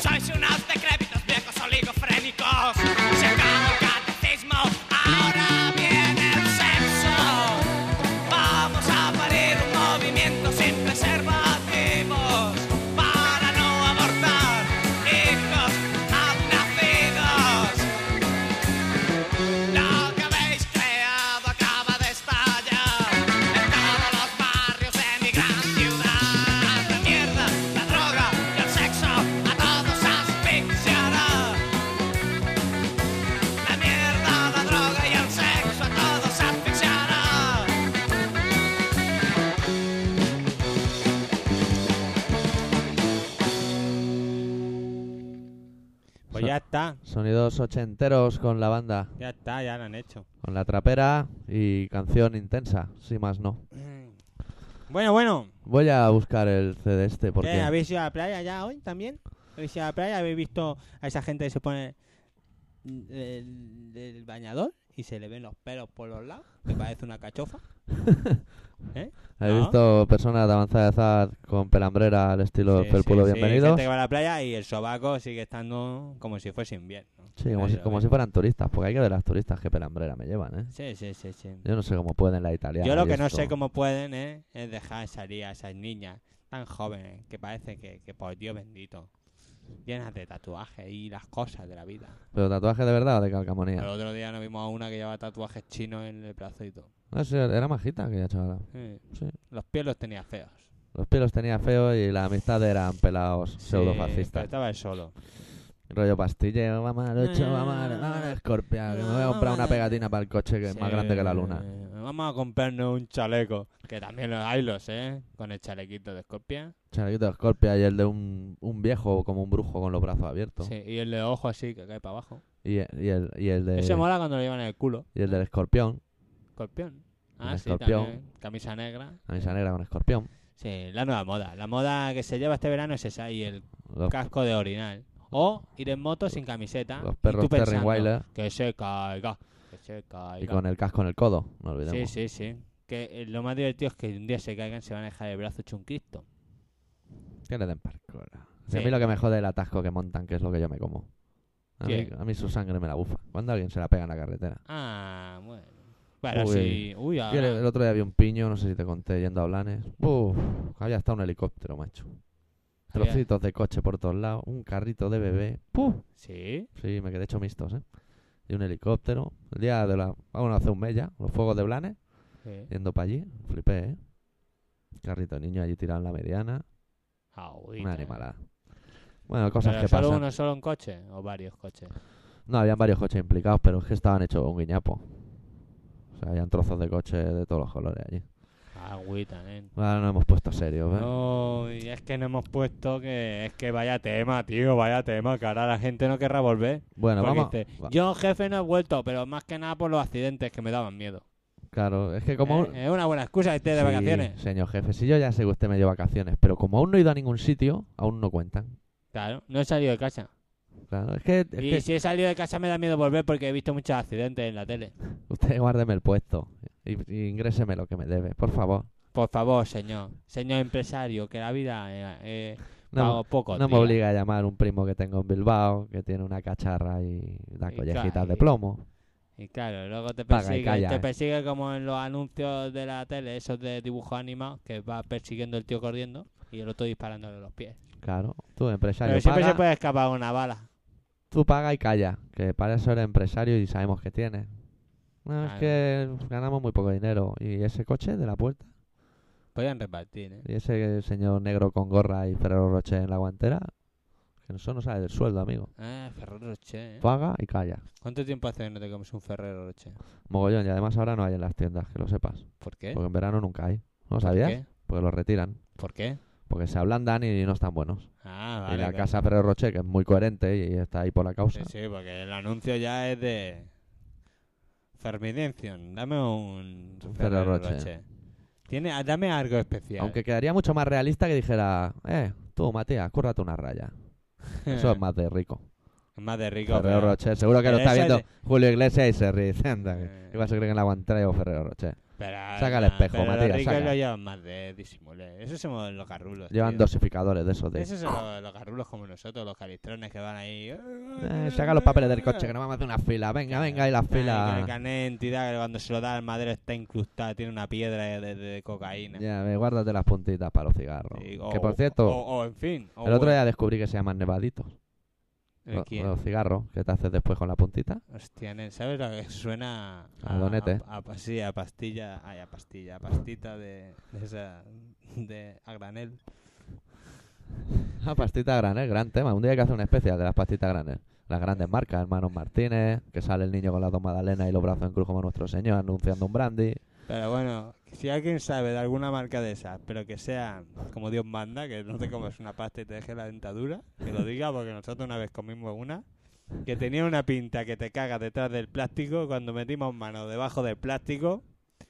Speaker 5: Sois unos decrépitos viejos oligofrénicos. Se acabó el catecismo, ahora viene el sexo. Vamos a parir un movimiento sin preservativos para no abortar hijos nacidos. Lo que habéis creado acaba de estallar en todos los barrios de mi gran ciudad. La mierda, la droga y el sexo a todos asfixiará. La mierda, la droga y el sexo a todos asfixiará.
Speaker 3: Pues ya está,
Speaker 2: Sonidos ochenteros con la banda,
Speaker 3: ya está, ya lo han hecho.
Speaker 2: con la trapera y canción intensa, si más no.
Speaker 3: Bueno, bueno.
Speaker 2: Voy a buscar el CD este porque...
Speaker 3: ¿Qué, ¿Habéis ido a la playa ya hoy también? ¿Habéis ido a la playa? ¿Habéis visto a esa gente que se pone el, el bañador y se le ven los pelos por los lados? Que parece una cachofa.
Speaker 2: He
Speaker 3: No.
Speaker 2: visto personas de avanzada edad con pelambrera al estilo
Speaker 3: Sí,
Speaker 2: del Felpulo
Speaker 3: sí, sí,
Speaker 2: Bienvenidos.
Speaker 3: gente que va a la playa y el sobaco sigue estando como si fuese invierno.
Speaker 2: Sí, como,
Speaker 3: Ahí
Speaker 2: si,
Speaker 3: lo
Speaker 2: como
Speaker 3: ves.
Speaker 2: si fueran turistas, porque hay que ver las turistas que pelambrera me llevan, ¿eh?
Speaker 3: Sí, sí, sí, sí.
Speaker 2: Yo no sé cómo pueden la italiana.
Speaker 3: Yo lo
Speaker 2: y
Speaker 3: que no
Speaker 2: esto.
Speaker 3: sé cómo pueden ¿eh? es dejar salir a esas niñas tan jóvenes que parece que, que por Dios bendito, llenas de tatuajes y las cosas de la vida.
Speaker 2: ¿Pero tatuaje de verdad o de calcamonía?
Speaker 3: El otro día nos vimos a una que llevaba tatuajes chinos en el brazo y todo.
Speaker 2: No sé, era majita aquella chavala.
Speaker 3: Sí.
Speaker 2: Sí.
Speaker 3: Los pies los tenía feos.
Speaker 2: Los pelos tenía feos y la amistad eran pelados
Speaker 3: Sí, pero
Speaker 2: pseudofascistas.
Speaker 3: estaba él solo.
Speaker 2: Rollo "Oh, pastilleo, vamos al ocho,
Speaker 3: No,
Speaker 2: vamos
Speaker 3: no,
Speaker 2: al, vamos al
Speaker 3: no.
Speaker 2: Scorpia, que me voy a
Speaker 3: No,
Speaker 2: comprar una
Speaker 3: vale.
Speaker 2: pegatina para el coche que es más grande que la luna.
Speaker 3: Sí. eh, Vamos a comprarnos un chaleco. Que también los hay los, ¿eh? Con el chalequito de escorpión.
Speaker 2: Chalequito de Scorpia y el de un, un viejo como un brujo con los brazos abiertos.
Speaker 3: Sí, y el de ojo así que cae para abajo.
Speaker 2: Y, el- y el, y el de,
Speaker 3: Ese mola cuando lo llevan en el culo.
Speaker 2: y el del escorpión,
Speaker 3: Escorpión.
Speaker 2: Un
Speaker 3: Ah, sí,
Speaker 2: escorpión.
Speaker 3: también. Camisa negra.
Speaker 2: camisa negra con escorpión.
Speaker 3: Sí, la nueva moda. La moda que se lleva este verano es esa y el
Speaker 2: Los,
Speaker 3: casco de orinal. O ir en moto sin camiseta.
Speaker 2: los
Speaker 3: y
Speaker 2: perros
Speaker 3: tú pensando,
Speaker 2: Terrenweiler
Speaker 3: Que se caiga. Que se
Speaker 2: y
Speaker 3: caiga.
Speaker 2: con el casco en el codo, no olvidemos.
Speaker 3: Sí, sí, sí. Que eh, lo más divertido es que un día se caigan, se van a dejar el brazo hecho un cristo.
Speaker 2: Que le den parkoura. Si
Speaker 3: Sí.
Speaker 2: a mí lo que me jode es el atasco que montan, que es lo que yo me como. A mí,
Speaker 3: ¿Qué?
Speaker 2: a mí su sangre me la bufa. Cuando alguien se la pega en la carretera.
Speaker 3: Ah, bueno. Bueno,
Speaker 2: Uy.
Speaker 3: sí. Uy, ah.
Speaker 2: Yo el,
Speaker 3: ahora.
Speaker 2: el otro día vi un piño, no sé si te conté, yendo a Blanes. Uf, había hasta un helicóptero, macho.
Speaker 3: Había-
Speaker 2: Trocitos de coche por todos lados, un carrito de bebé. ¡Puf!
Speaker 3: Sí.
Speaker 2: Sí, me quedé hecho mixtos, ¿eh? Y un helicóptero. El día de la... Vamos a hacer un mes ya, los fuegos de Blanes.
Speaker 3: sí.
Speaker 2: Yendo para allí, flipé, ¿eh? Carrito de niño allí tirado en la mediana.
Speaker 3: Agüita.
Speaker 2: Una animalada. Bueno, cosas
Speaker 3: Pero
Speaker 2: que
Speaker 3: Ah, solo
Speaker 2: pasan.
Speaker 3: uno, solo un coche o varios coches.
Speaker 2: No, habían varios coches implicados, pero es que estaban hechos un guiñapo. O sea, habían trozos de coche de todos los colores allí.
Speaker 3: Agüita, nen.
Speaker 2: Ahora nos hemos puesto serios, ¿eh?
Speaker 3: No, y es que no hemos puesto que es que vaya tema, tío, vaya tema, que ahora la gente no querrá volver.
Speaker 2: bueno,
Speaker 3: Porque
Speaker 2: vamos.
Speaker 3: dice,
Speaker 2: va-
Speaker 3: yo jefe no he vuelto, pero más que nada por los accidentes que me daban miedo.
Speaker 2: Claro, es que como.
Speaker 3: Eh, es una buena excusa este de
Speaker 2: Sí,
Speaker 3: vacaciones.
Speaker 2: Señor jefe, si yo ya sé que usted me lleva vacaciones, pero como aún no he ido a ningún sitio, aún no cuentan.
Speaker 3: Claro, no he salido de casa.
Speaker 2: Claro, es que, es
Speaker 3: y
Speaker 2: que
Speaker 3: si he salido de casa me da miedo volver porque he visto muchos accidentes en la tele.
Speaker 2: usted guárdeme el puesto y, y ingréseme lo que me debe, por favor.
Speaker 3: Por favor, señor. Señor empresario, que la vida eh, eh,
Speaker 2: No,
Speaker 3: pago poco.
Speaker 2: no me
Speaker 3: tío.
Speaker 2: obliga a llamar un primo que tengo en Bilbao, que tiene una cacharra y da
Speaker 3: Y ca-
Speaker 2: collejitas de
Speaker 3: y-
Speaker 2: plomo.
Speaker 3: Y claro, luego te
Speaker 2: Paga y
Speaker 3: persigue,
Speaker 2: calla,
Speaker 3: te
Speaker 2: eh.
Speaker 3: persigue como en los anuncios de la tele, esos de dibujos animados, que va persiguiendo el tío corriendo y el otro disparándole los pies.
Speaker 2: Claro, tú, empresario.
Speaker 3: Pero siempre
Speaker 2: paga,
Speaker 3: se puede escapar una bala.
Speaker 2: Tú paga y calla, que para eso eres empresario y sabemos que tienes. No, es
Speaker 3: Claro.
Speaker 2: que ganamos muy poco dinero. Y ese coche de la puerta,
Speaker 3: Podrían repartir, ¿eh?
Speaker 2: y ese señor negro con gorra y Ferrero Rocher en la guantera, que eso no sale del sueldo, amigo.
Speaker 3: Ah, Ferrero Rocher, ¿eh?
Speaker 2: Paga y calla.
Speaker 3: ¿Cuánto tiempo hace que no te comes un Ferrero Rocher?
Speaker 2: Mogollón, y además ahora no hay en las tiendas, que lo sepas.
Speaker 3: ¿Por qué?
Speaker 2: Porque en verano nunca hay. ¿No
Speaker 3: ¿Eh? ¿Por
Speaker 2: Pues, sabías?
Speaker 3: qué?
Speaker 2: Porque los retiran.
Speaker 3: ¿Por qué?
Speaker 2: Porque se ablandan y no están buenos.
Speaker 3: Ah,
Speaker 2: y
Speaker 3: vale.
Speaker 2: la
Speaker 3: claro.
Speaker 2: casa Ferrero Rocher, que es muy coherente y está ahí por la causa.
Speaker 3: Sí, sí, porque el anuncio ya es de... Fermidención, dame un
Speaker 2: Un Ferrero
Speaker 3: Ferrero
Speaker 2: Rocher.
Speaker 3: Rocher. Tiene, ah, dame algo especial.
Speaker 2: Aunque quedaría mucho más realista que dijera, eh, tú, Matías, cúrrate una raya. Eso es más de rico.
Speaker 3: Es más de Eh. rico.
Speaker 2: Ferrero
Speaker 3: pero-
Speaker 2: Rocher, seguro que lo
Speaker 3: pero
Speaker 2: está
Speaker 3: ese es
Speaker 2: viendo Julio Iglesias y se ríe. Anda, que-
Speaker 3: Eh.
Speaker 2: Igual se cree que la aguantaré yo Ferrero Rocher.
Speaker 3: Pero,
Speaker 2: Saca el
Speaker 3: nah,
Speaker 2: espejo,
Speaker 3: pero los
Speaker 2: Matías,
Speaker 3: ricos
Speaker 2: saca.
Speaker 3: lo llevan más de disimulé. Esos somos los garrulos.
Speaker 2: Llevan
Speaker 3: tío.
Speaker 2: dosificadores de esos de...
Speaker 3: Esos son los, los garrulos como nosotros, los calistrones que van ahí.
Speaker 2: Eh, saca los papeles del coche que no vamos a hacer una fila. Venga, venga, y la
Speaker 3: Ay, que
Speaker 2: fila.
Speaker 3: gané entidad que cuando se lo da al madero está incrustada, tiene una piedra de, de- de cocaína.
Speaker 2: Ya, ve, guárdate las puntitas para los cigarros.
Speaker 3: Sí, o-
Speaker 2: pues, que por cierto,
Speaker 3: O, o, en fin. o
Speaker 2: el otro oh,
Speaker 3: bueno,
Speaker 2: día descubrí que se llaman nevaditos.
Speaker 3: ¿el
Speaker 2: Lo-
Speaker 3: quién?
Speaker 2: Los cigarros que te haces después con la puntita.
Speaker 3: Hostia, nen, ¿sabes lo que suena?
Speaker 2: oh. A donete.
Speaker 3: A, a- sí, a pastilla. Ay, a pastilla. A pastita de, de esa. De, a granel.
Speaker 2: La pastita granel, gran tema. Un día hay que hacer una especial de las pastitas granel. Las grandes marcas, hermanos Martínez, que sale el niño con las dos magdalenas y los brazos en cruz como nuestro señor anunciando un brandy.
Speaker 3: Pero bueno, si alguien sabe de alguna marca de esas, pero que sea como Dios manda, que no te comas una pasta y te deje la dentadura, que lo diga, porque nosotros una vez comimos una que tenía una pinta que te cagas detrás del plástico, cuando metimos mano debajo del plástico,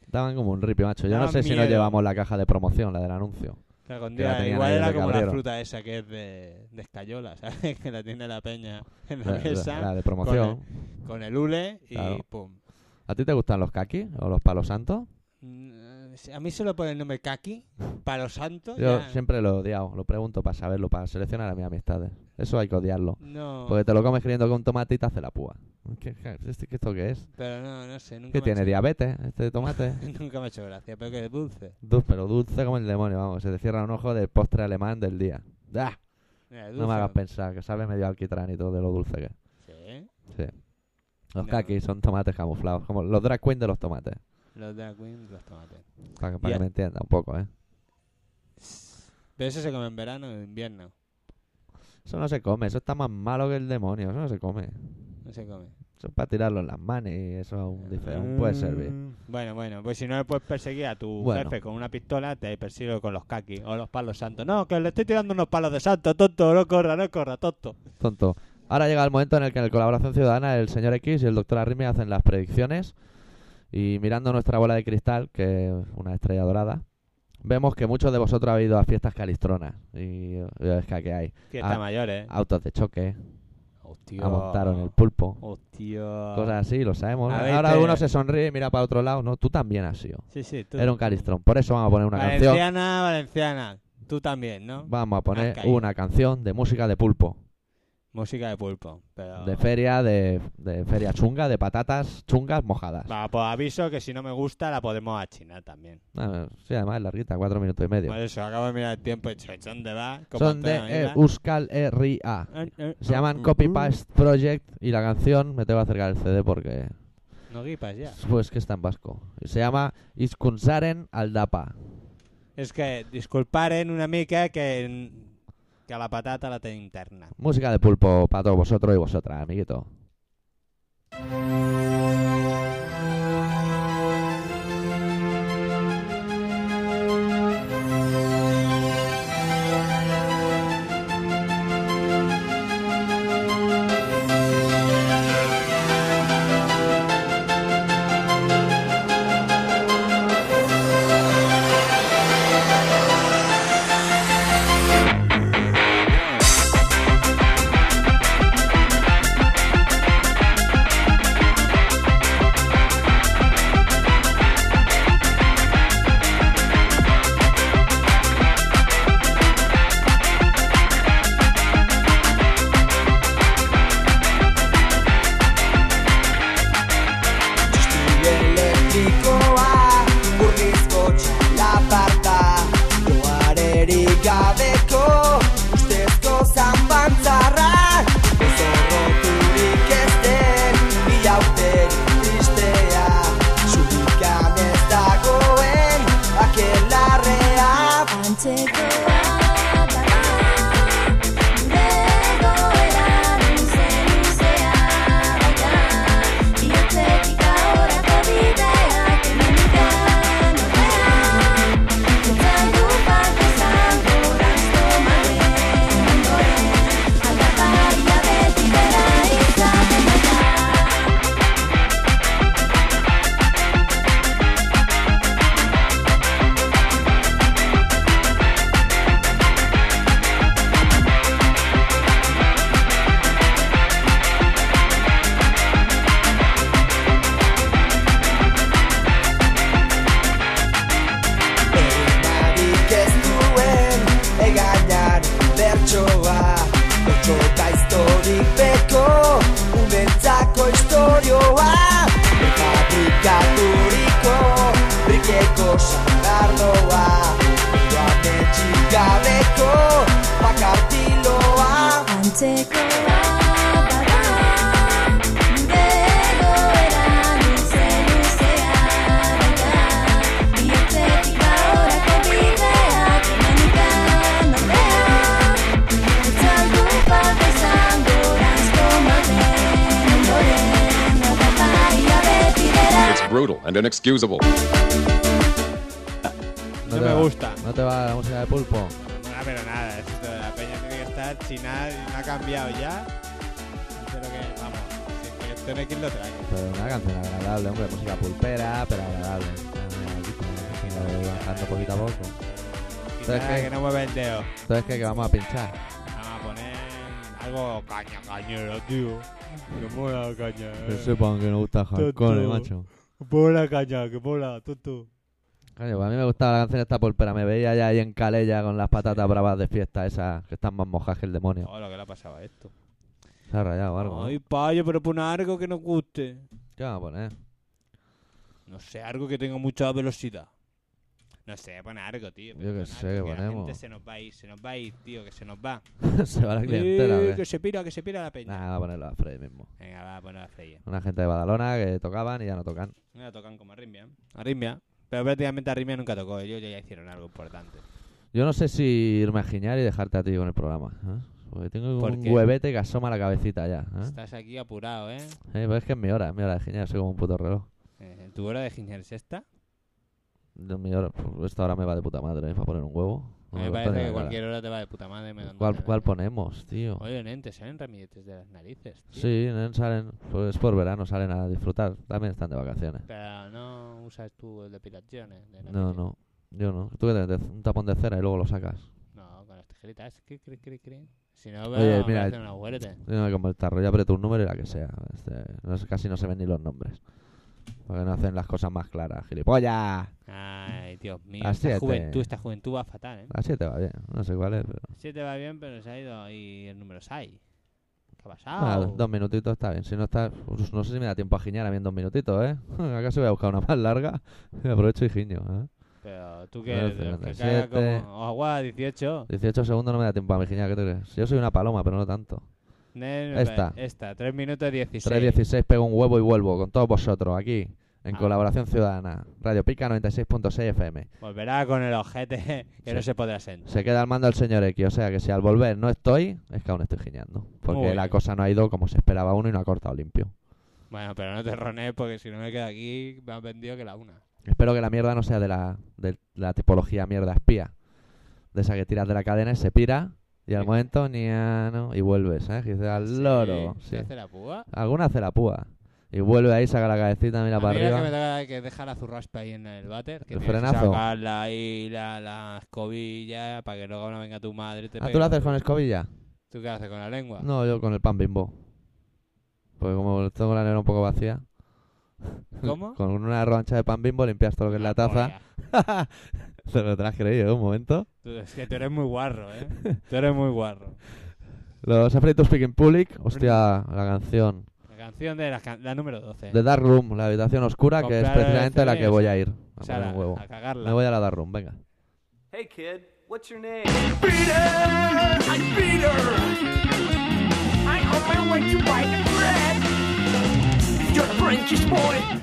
Speaker 2: Daban como un ripio, macho. Yo no
Speaker 3: Daban
Speaker 2: sé si nos
Speaker 3: miedo.
Speaker 2: llevamos la caja de promoción, la del anuncio.
Speaker 3: que algún
Speaker 2: Que la
Speaker 3: día-
Speaker 2: tenían
Speaker 3: igual
Speaker 2: ahí en
Speaker 3: era
Speaker 2: el
Speaker 3: como la
Speaker 2: cabrero.
Speaker 3: fruta esa que es de, de escayola, ¿sabes? Que la tiene la peña en la
Speaker 2: La,
Speaker 3: mesa,
Speaker 2: la- la de promoción.
Speaker 3: con el hule y
Speaker 2: Claro.
Speaker 3: pum.
Speaker 2: ¿A ti te gustan los kakis o los palos santos?
Speaker 3: Mm, eh, A mí solo por el nombre Kaki, Palo Santo,
Speaker 2: Yo
Speaker 3: Oh, ya-
Speaker 2: siempre lo he odiado, lo pregunto para saberlo, para seleccionar a mis amistades. Eso hay que odiarlo.
Speaker 3: no,
Speaker 2: Porque te lo comes creyendo que un tomate y te hace la púa. ¿Qué, qué- este- esto qué es?
Speaker 3: pero no, no sé, nunca
Speaker 2: ¿Qué
Speaker 3: me ha
Speaker 2: tiene?
Speaker 3: hecho-
Speaker 2: ¿Diabetes este tomate?
Speaker 3: Nunca me ha hecho gracia, pero que es dulce.
Speaker 2: Dulce, pero dulce como el demonio, vamos. Se te cierra un ojo del postre alemán del día. ¡Ah!
Speaker 3: Mira, es
Speaker 2: No me
Speaker 3: dulce.
Speaker 2: hagas pensar, que sabe medio alquitrán y todo de lo dulce que es.
Speaker 3: Sí,
Speaker 2: Los
Speaker 3: No.
Speaker 2: kakis son tomates camuflados, como los drag queen de los tomates.
Speaker 3: los drag queens, los tomates.
Speaker 2: Para que, para
Speaker 3: Ya.
Speaker 2: que me entienda un poco, ¿eh?
Speaker 3: Pero eso se come en verano y en invierno.
Speaker 2: Eso no se come, eso está más malo que el demonio, eso no se come.
Speaker 3: No se come.
Speaker 2: Eso es para tirarlo en las manos y eso aún, dice, aún puede servir.
Speaker 3: Bueno, bueno, pues si no le puedes perseguir a tu
Speaker 2: Bueno.
Speaker 3: jefe con una pistola, te persigo con los kakis o los palos santos. No, que le estoy tirando unos palos de santo, tonto, no corra, no corra, tonto.
Speaker 2: Tonto. Ahora llega el momento en el que en el Colaboración Ciudadana el señor X y el doctor Arrimi hacen las predicciones y mirando nuestra bola de cristal, que es una estrella dorada, vemos que muchos de vosotros habéis ido a fiestas calistronas y eh, es que aquí hay
Speaker 3: Fiesta
Speaker 2: Ah.
Speaker 3: mayor, eh.
Speaker 2: autos de choque,
Speaker 3: Hostia.
Speaker 2: amontaron el pulpo,
Speaker 3: Hostia.
Speaker 2: cosas así, lo sabemos.
Speaker 3: Ah. A ver,
Speaker 2: Ahora
Speaker 3: te-
Speaker 2: uno se sonríe y mira para otro lado, no, tú también has sido.
Speaker 3: Sí, sí, tú.
Speaker 2: Era un calistrón, por eso vamos a poner una canción.
Speaker 3: valenciana, valenciana. Tú también, ¿no?
Speaker 2: Vamos a
Speaker 3: Has
Speaker 2: poner
Speaker 3: caído.
Speaker 2: una canción de música de pulpo,
Speaker 3: Música de pulpo. Pero...
Speaker 2: de feria, de, de feria chunga, de patatas chungas mojadas.
Speaker 3: Va, pues aviso que si no me gusta la podemos achinar también.
Speaker 2: Ah, sí, además es larguita, cuatro minutos y medio.
Speaker 3: Por eso, acabo de mirar el tiempo y he dicho, ¿dónde va? ¿Cómo
Speaker 2: Son de
Speaker 3: Antonio Aguilar?
Speaker 2: eh, Euskal Herria.
Speaker 3: Eh, eh,
Speaker 2: Se
Speaker 3: eh,
Speaker 2: llaman
Speaker 3: eh,
Speaker 2: Copy
Speaker 3: eh.
Speaker 2: Paste Project y la canción, me tengo que acercar el CD porque...
Speaker 3: No guipas ya.
Speaker 2: Pues que está en vasco. Se llama Izkunzaren Aldapa.
Speaker 3: Es que disculparen una mica que, que a la patata la té interna.
Speaker 2: Música de pulpo para todos vosotros y vosotras, amiguito.
Speaker 6: Elektrikoa Urrizko txalaparta Joarerik gabeko Ustezko zanbantzarra Zorroturik ez den Bilauten tristea Zurikan ez dagoen Akelarrea
Speaker 7: Antzekoa bada, begoeraren zeluzea baita, bihotzetik ahorako bideak eman dira norea, dutzan du bat ezan goran Galtzekoa bada, nire egoera luze luzea baita, bihotzetik bahorako bideak emanikan ordea, Itzaldu bat ezan goranzko maten, ondoren, natapaia beti dela.
Speaker 8: It's brutal and inexcusable.
Speaker 3: No
Speaker 2: te
Speaker 3: me
Speaker 2: va-
Speaker 3: gusta.
Speaker 2: No te va la música de pulpo.
Speaker 3: No, Ah, pero nada, esto de la peña tiene que estar chinada y no ha cambiado ya. Pero que, vamos, si es que esto no hay quien lo traiga.
Speaker 2: Pero una canción agradable, hombre. Música pulpera, pero agradable. Ah, aquí con la música de Bajando poquito a poco.
Speaker 3: Y
Speaker 2: ¿Sabes
Speaker 3: nada,
Speaker 2: qué?
Speaker 3: que no mueve el dedo.
Speaker 2: Entonces, ¿qué, que vamos a pinchar?
Speaker 3: Vamos a poner algo caña cañero, tío. Que mola la caña. eh.
Speaker 2: Que sepan que nos gusta hardcore,
Speaker 3: Tonto.
Speaker 2: macho.
Speaker 3: Que mola caña, que mola, tonto.
Speaker 2: Coño, pues a mí me gustaba la canción esta pulpera. Me veía ya ahí en Calella con las patatas bravas de fiesta esas que están más mojadas que el demonio.
Speaker 3: Oh, lo que le ha pasado a esto.
Speaker 2: Se ha rayado o algo. ¿no?
Speaker 3: Ay, payo, pero pon algo que nos guste.
Speaker 2: ¿Qué vamos a poner?
Speaker 3: No sé, algo que tenga mucha velocidad. No sé, pon algo, tío.
Speaker 2: Yo qué
Speaker 3: pon
Speaker 2: sé,
Speaker 3: algo,
Speaker 2: ¿qué
Speaker 3: que la
Speaker 2: ponemos?
Speaker 3: gente se nos va a ir, se nos va a ir, tío, que se nos va.
Speaker 2: se va la clientela.
Speaker 3: Eh,
Speaker 2: ¿o qué?
Speaker 3: que se pira, que se pira la peña.
Speaker 2: Nah, vamos a ponerlo a Freddy mismo.
Speaker 3: Venga, va, poner a Freya.
Speaker 2: Una gente de Badalona que tocaban y ya no tocan.
Speaker 3: No la tocan como Arrimia. ¿eh? Arrimia. Pero prácticamente Arrimia nunca tocó. Ellos ya hicieron algo importante.
Speaker 2: Yo no sé si irme a giñar y dejarte a ti con el programa. ¿eh? Porque tengo
Speaker 3: ¿Por
Speaker 2: un
Speaker 3: qué?
Speaker 2: huevete que asoma la cabecita ya. ¿eh?
Speaker 3: Estás aquí apurado, ¿eh?
Speaker 2: Eh, pero es que es mi hora, es mi hora de giñar. Soy como un puto reloj.
Speaker 3: Eh, ¿Tu hora de ginger es esta?
Speaker 2: Yo, mi hora- pues, esta hora me va de puta madre. ¿eh? Para poner un huevo. No
Speaker 3: me
Speaker 2: lo
Speaker 3: parece
Speaker 2: pone la
Speaker 3: que
Speaker 2: cara.
Speaker 3: cualquier hora te va de puta madre. Me da un
Speaker 2: ¿Cuál,
Speaker 3: dolor.
Speaker 2: cuál ponemos, tío?
Speaker 3: Oye, nen, te salen ramilletes de las narices. tío.
Speaker 2: Sí, nen, salen, pues por verano salen a disfrutar. También están de vacaciones.
Speaker 3: Pero no usas tú el depilaciones. De
Speaker 2: No,
Speaker 3: ramilletes.
Speaker 2: no, yo no. Tú que te metes un tapón de cera y luego lo sacas.
Speaker 3: No, con las tijeritas. Cri, cri, cri, cri. Si no,
Speaker 2: Oye,
Speaker 3: veo,
Speaker 2: mira,
Speaker 3: me hacen una huerta.
Speaker 2: Yo no como el tarro, yo aprieto un número y la que sea. Este, no sé, casi no se ven ni los nombres. Porque no hacen las cosas más claras, gilipollas.
Speaker 3: Ay, Dios mío.
Speaker 2: Las
Speaker 3: Esta
Speaker 2: siete.
Speaker 3: juventud, esta juventud va fatal, ¿eh?
Speaker 2: La 7 va bien, no sé cuál es, pero.
Speaker 3: Sí te va bien, pero se ha ido y el número 6. ¿Qué ha
Speaker 2: Ah,
Speaker 3: pasado?
Speaker 2: dos minutitos está bien. Si no está. pues no sé si me da tiempo a giñar a mí en dos minutitos, ¿eh? ¿Acaso voy a buscar una más larga? Y aprovecho y giño, ¿eh?
Speaker 3: Pero tú que
Speaker 2: Doce,
Speaker 3: eres de los que caga
Speaker 2: treinta y siete.
Speaker 3: como... Oh, guau, 18.
Speaker 2: 18 segundos no me da tiempo a mi giñar, ¿qué te crees? Yo soy una paloma, pero no tanto.
Speaker 3: Nen,
Speaker 2: Esta.
Speaker 3: Esta, 3 minutos 16.
Speaker 2: 3.16, pego un huevo y vuelvo con todos vosotros aquí, en
Speaker 3: Ah.
Speaker 2: Colaboración Ciudadana, Radio Pica 96.6 FM.
Speaker 3: Volverá con el ojete que
Speaker 2: Sí.
Speaker 3: no se podrá sentar.
Speaker 2: Se queda al mando el señor X, o sea que si al volver no estoy, es que aún estoy giñando. Porque
Speaker 3: Muy
Speaker 2: la
Speaker 3: bien.
Speaker 2: cosa no ha ido como se esperaba uno y no ha cortado limpio.
Speaker 3: Bueno, pero no te rones porque si no me quedo aquí me han vendido que la una.
Speaker 2: Espero que la mierda no sea de la, de la tipología mierda espía. De esa que tiras de la cadena y se pira, y al
Speaker 3: Sí.
Speaker 2: momento ni a- no, y vuelves, ¿sabes? Que dices, al loro.
Speaker 3: Sí,
Speaker 2: sí.
Speaker 3: ¿Se hace la púa?
Speaker 2: Alguna hace la púa. Y vuelve ahí, saca la cabecita, mira
Speaker 3: A
Speaker 2: para
Speaker 3: mí la que me
Speaker 2: arriba.
Speaker 3: toca que dejar la zurraspa ahí en el váter. Que
Speaker 2: El
Speaker 3: tienes que
Speaker 2: frenazo.
Speaker 3: sacarla ahí, la, la escobilla, para que luego no venga tu madre. y Te
Speaker 2: Ah,
Speaker 3: pegue
Speaker 2: ¿tú lo
Speaker 3: un- Ah.
Speaker 2: haces con escobilla?
Speaker 3: ¿Tú qué haces con la lengua?
Speaker 2: No, yo con el pan bimbo. Porque como tengo la nevera un poco vacía,
Speaker 3: ¿Cómo?
Speaker 2: con una roncha de pan bimbo limpias todo lo que
Speaker 3: Ah,
Speaker 2: es la taza.
Speaker 3: Polla.
Speaker 2: Se lo te creído, ¿eh? un momento.
Speaker 3: Tú, es que tú eres muy guarro, ¿eh? Tú eres muy guarro.
Speaker 2: Los Afraid to Speak in Public, hostia, la canción
Speaker 3: La canción de la, can- la número 12.
Speaker 2: de Dark Room, la habitación oscura, que es
Speaker 3: Comprar el
Speaker 2: precisamente la
Speaker 3: CD,
Speaker 2: que
Speaker 3: o
Speaker 2: voy
Speaker 3: sea,
Speaker 2: a ir. A
Speaker 3: o sea,
Speaker 2: poner
Speaker 3: la-
Speaker 2: un huevo.
Speaker 3: a cagarla.
Speaker 2: Me voy a la Dark Room, venga.
Speaker 9: Hey kid, what's your name?
Speaker 10: I'm on my way to buy the bread.
Speaker 9: Your French is boy.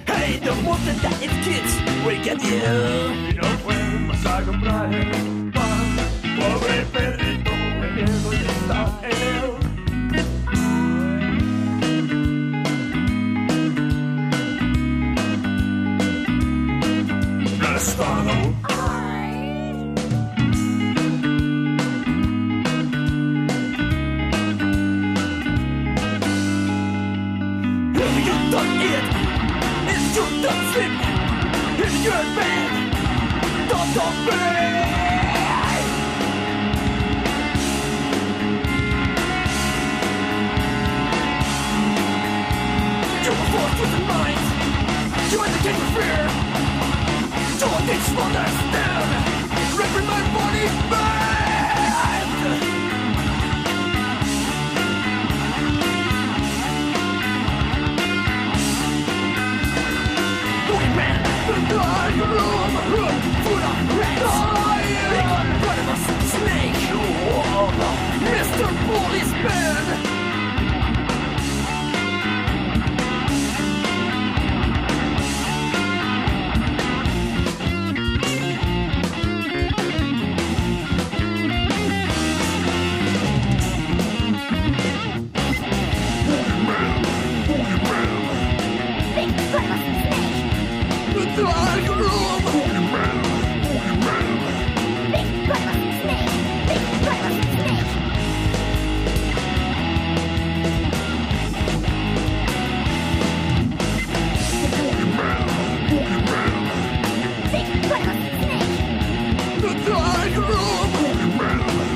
Speaker 9: Hey, the water that it kids. We get you.
Speaker 10: Y no podemos a comprar el pan. Pobre perrito, me miedo y está él. No es todo.
Speaker 9: If you don't eat, if you don't sleep, if you're in bed, don't talk me. You were forced with the mind. You educate with fear. You will teach to understand. Reprimand body mind. Mr. Policeman, like room.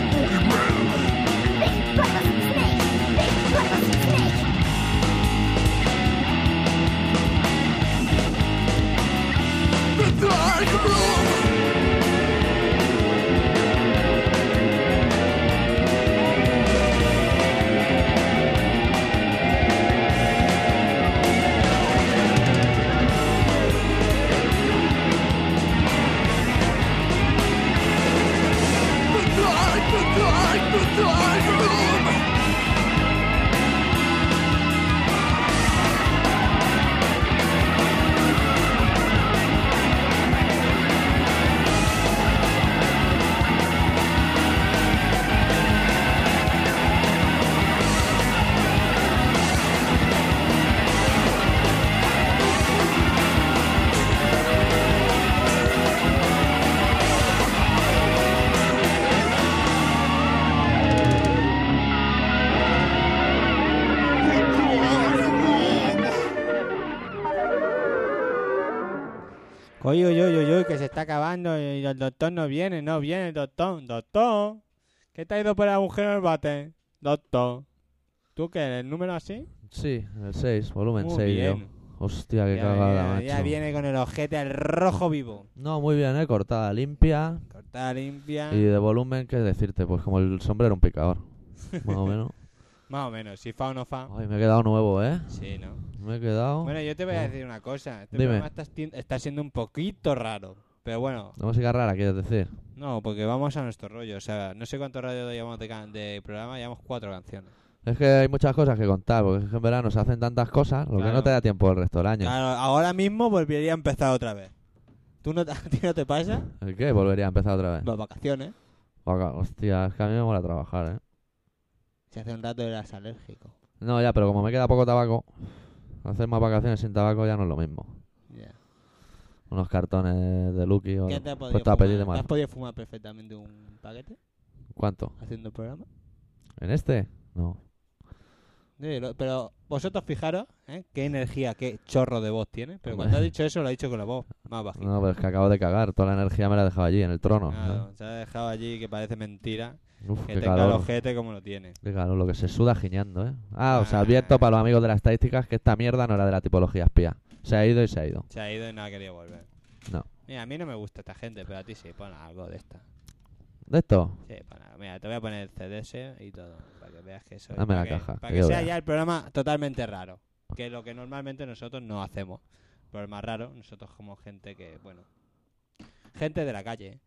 Speaker 9: The dark room. The dark, the dark, the dark room.
Speaker 3: Oye, oye, oye, oye, que se está acabando y el doctor no viene, no viene el doctor. Doctor, ¿qué te ha ido por el agujero del bate? Doctor, ¿tú qué? ¿El número así?
Speaker 2: Sí, el 6, volumen
Speaker 3: Muy
Speaker 2: 6.
Speaker 3: bien.
Speaker 2: Hostia, qué
Speaker 3: ya,
Speaker 2: cagada,
Speaker 3: ya- ya
Speaker 2: macho.
Speaker 3: viene con el ojete al rojo vivo.
Speaker 2: No, muy bien, ¿eh? Cortada, limpia.
Speaker 3: Cortada limpia.
Speaker 2: Y de volumen, ¿qué decirte? Pues como el sombrero un picador. Más o menos.
Speaker 3: Más o menos, si fa o no fa.
Speaker 2: Ay, me he quedado nuevo, ¿eh?
Speaker 3: Sí, ¿no?
Speaker 2: Me he quedado...
Speaker 3: Bueno, yo te voy a
Speaker 2: Bueno.
Speaker 3: decir una cosa. Este
Speaker 2: Dime.
Speaker 3: programa está, esti- está siendo un poquito raro. Pero bueno,
Speaker 2: La música rara, quieres decir.
Speaker 3: no, porque vamos a nuestro rollo. O sea, no sé cuánto radio llevamos de, can- de programa, llevamos cuatro canciones.
Speaker 2: Es que hay muchas cosas que contar, porque es que en verano se hacen tantas cosas, lo que
Speaker 3: Claro. Ah.
Speaker 2: no te da tiempo el resto del año.
Speaker 3: Claro, ahora mismo volvería a empezar otra vez. ¿Tú no, te- ¿A ti no te pasa?
Speaker 2: ¿El qué? Volvería a empezar otra vez.
Speaker 3: Las vacaciones.
Speaker 2: Vaca- Hostia, es que a mí me mola trabajar, ¿eh?
Speaker 3: Si hace un rato eras alérgico.
Speaker 2: No, ya, pero como me queda poco tabaco, hacer más vacaciones sin tabaco ya no es lo mismo.
Speaker 3: Ya.
Speaker 2: Unos cartones de Lucky o...
Speaker 3: ¿Qué pues te has podido
Speaker 2: Cuesta pedir de
Speaker 3: fumar? ¿Te
Speaker 2: más.
Speaker 3: has podido fumar perfectamente un paquete
Speaker 2: ¿Cuánto?
Speaker 3: haciendo el programa?
Speaker 2: ¿En este? No.
Speaker 3: Sí, lo- pero vosotros fijaros ¿eh? qué energía, qué chorro de voz tiene. Pero cuando
Speaker 2: Hombre.
Speaker 3: ha dicho eso, lo ha dicho con la voz más bajita.
Speaker 2: No, pero es que acabo de cagar. Toda la energía me la he dejado allí, en el trono.
Speaker 3: Claro, se ha dejado allí que parece mentira
Speaker 2: ¿eh? Uf,
Speaker 3: que
Speaker 2: qué
Speaker 3: tenga el
Speaker 2: calor.
Speaker 3: ojete como lo tiene.
Speaker 2: Qué calor, lo que se suda giñando, ¿eh? Ah, os
Speaker 3: Ah.
Speaker 2: advierto para los amigos de las estadísticas que esta mierda no era de la tipología espía. Se ha ido y se ha ido.
Speaker 3: Se ha ido y no ha querido volver.
Speaker 2: No.
Speaker 3: Mira, a mí no me gusta esta gente, pero a ti sí, pon algo de esta.
Speaker 2: ¿De esto?
Speaker 3: Sí, pon algo. Mira, te voy a poner el CDS y todo, para que veas que eso.
Speaker 2: Dame
Speaker 3: para
Speaker 2: la
Speaker 3: que-
Speaker 2: caja,
Speaker 3: Para
Speaker 2: que
Speaker 3: que,
Speaker 2: yo
Speaker 3: sea
Speaker 2: vea.
Speaker 3: ya el programa totalmente raro. Que es lo que normalmente nosotros no hacemos. Pero es más raro, nosotros como gente que, bueno. Gente de la calle.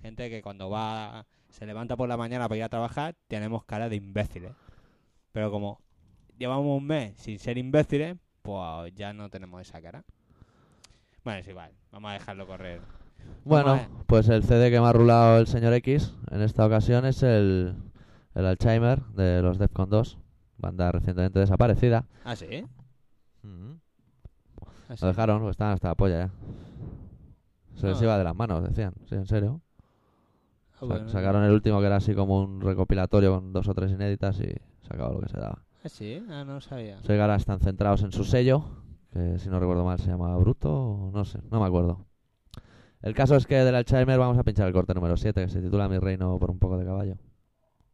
Speaker 3: Gente que cuando va, se levanta por la mañana para ir a trabajar, tenemos cara de imbéciles. Pero como llevamos un mes sin ser imbéciles, pues ya no tenemos esa cara. Bueno, es igual, vamos a dejarlo correr.
Speaker 2: Bueno,
Speaker 3: Vamos
Speaker 2: pues el CD que me ha rulado el señor X en esta ocasión es el, el Alzheimer de los Defcon 2, banda recientemente desaparecida.
Speaker 3: ¿Ah, sí? Mm-hmm. ¿Ah, sí?
Speaker 2: Lo dejaron, pues estaban hasta la polla ya. Se les
Speaker 3: Joder.
Speaker 2: iba de las manos, decían. Sí, en serio.
Speaker 3: Ah,
Speaker 2: Sa-
Speaker 3: bueno.
Speaker 2: Sacaron el último que era así como un recopilatorio con dos o tres inéditas y se acabó lo que se daba.
Speaker 3: Ah, sí, ah, no lo sabía.
Speaker 2: Sé que ahora están centrados en su sello, que si no recuerdo mal se llama Bruto, o no sé, no me acuerdo. El caso es que del Alzheimer vamos a pinchar el corte número 7, que se titula Mi reino por un poco de caballo.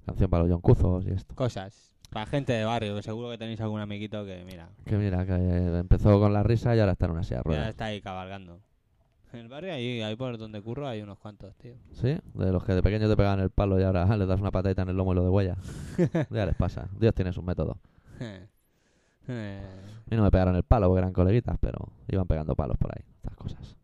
Speaker 2: Canción para los yoncuzos y esto.
Speaker 3: Cosas. Para gente de barrio, que seguro que tenéis algún amiguito que, mira,
Speaker 2: Que mira, que eh, empezó con la risa y ahora está en una silla de
Speaker 3: ya
Speaker 2: ruedas.
Speaker 3: está ahí cabalgando. En el barrio, ahí, ahí por donde curro, hay unos cuantos, tío.
Speaker 2: ¿Sí? De los que de pequeño te pegaban el palo y ahora les das una patadita en el lomo y lo de huella. ya les pasa. Dios tiene sus métodos.
Speaker 3: Eh, eh,
Speaker 2: A mí no me pegaron el palo porque eran coleguitas, pero iban pegando palos por ahí, estas cosas.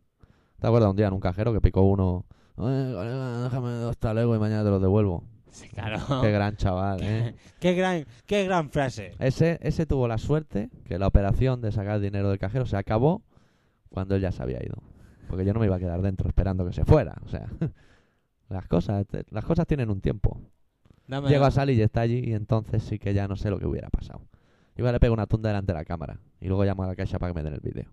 Speaker 2: ¿Te acuerdas un día en un cajero que picó uno? "Eh, colega, déjame dos talegos y mañana te los devuelvo.
Speaker 3: sí, claro.
Speaker 2: Qué gran chaval, ¿eh?
Speaker 3: Qué gran, qué gran frase.
Speaker 2: Ese, ese tuvo la suerte que la operación de sacar dinero del cajero se acabó cuando él ya se había ido. Porque yo no me iba a quedar dentro esperando que se fuera. O sea, las cosas, te- las cosas tienen un tiempo.
Speaker 3: Dame,
Speaker 2: Llego a salir y está allí y entonces sí que ya no sé lo que hubiera pasado. Iba le pego una tunda delante de la cámara y luego llamo a la caixa para que me den el vídeo.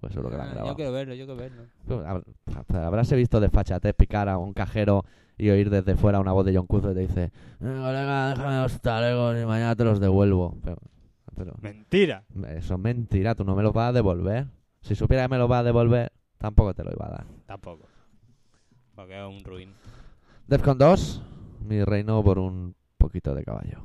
Speaker 2: Pues seguro que la han
Speaker 3: Ah, yo
Speaker 2: grabado.
Speaker 3: quiero verlo, yo quiero verlo.
Speaker 2: Pues, hab- hab- Habráse visto desfachatez picar a un cajero y oír desde fuera una voz de John Cuzo que te dice: "Eh, Colega, déjame los talegos y mañana te los devuelvo. Pero, pero
Speaker 3: Mentira.
Speaker 2: eso es mentira, tú no me los vas a devolver. Si supiera que me los vas a devolver, tampoco te los iba a dar.
Speaker 3: Tampoco. Porque es un ruin.
Speaker 2: Defcon 2, mi reino por un poquito de caballo.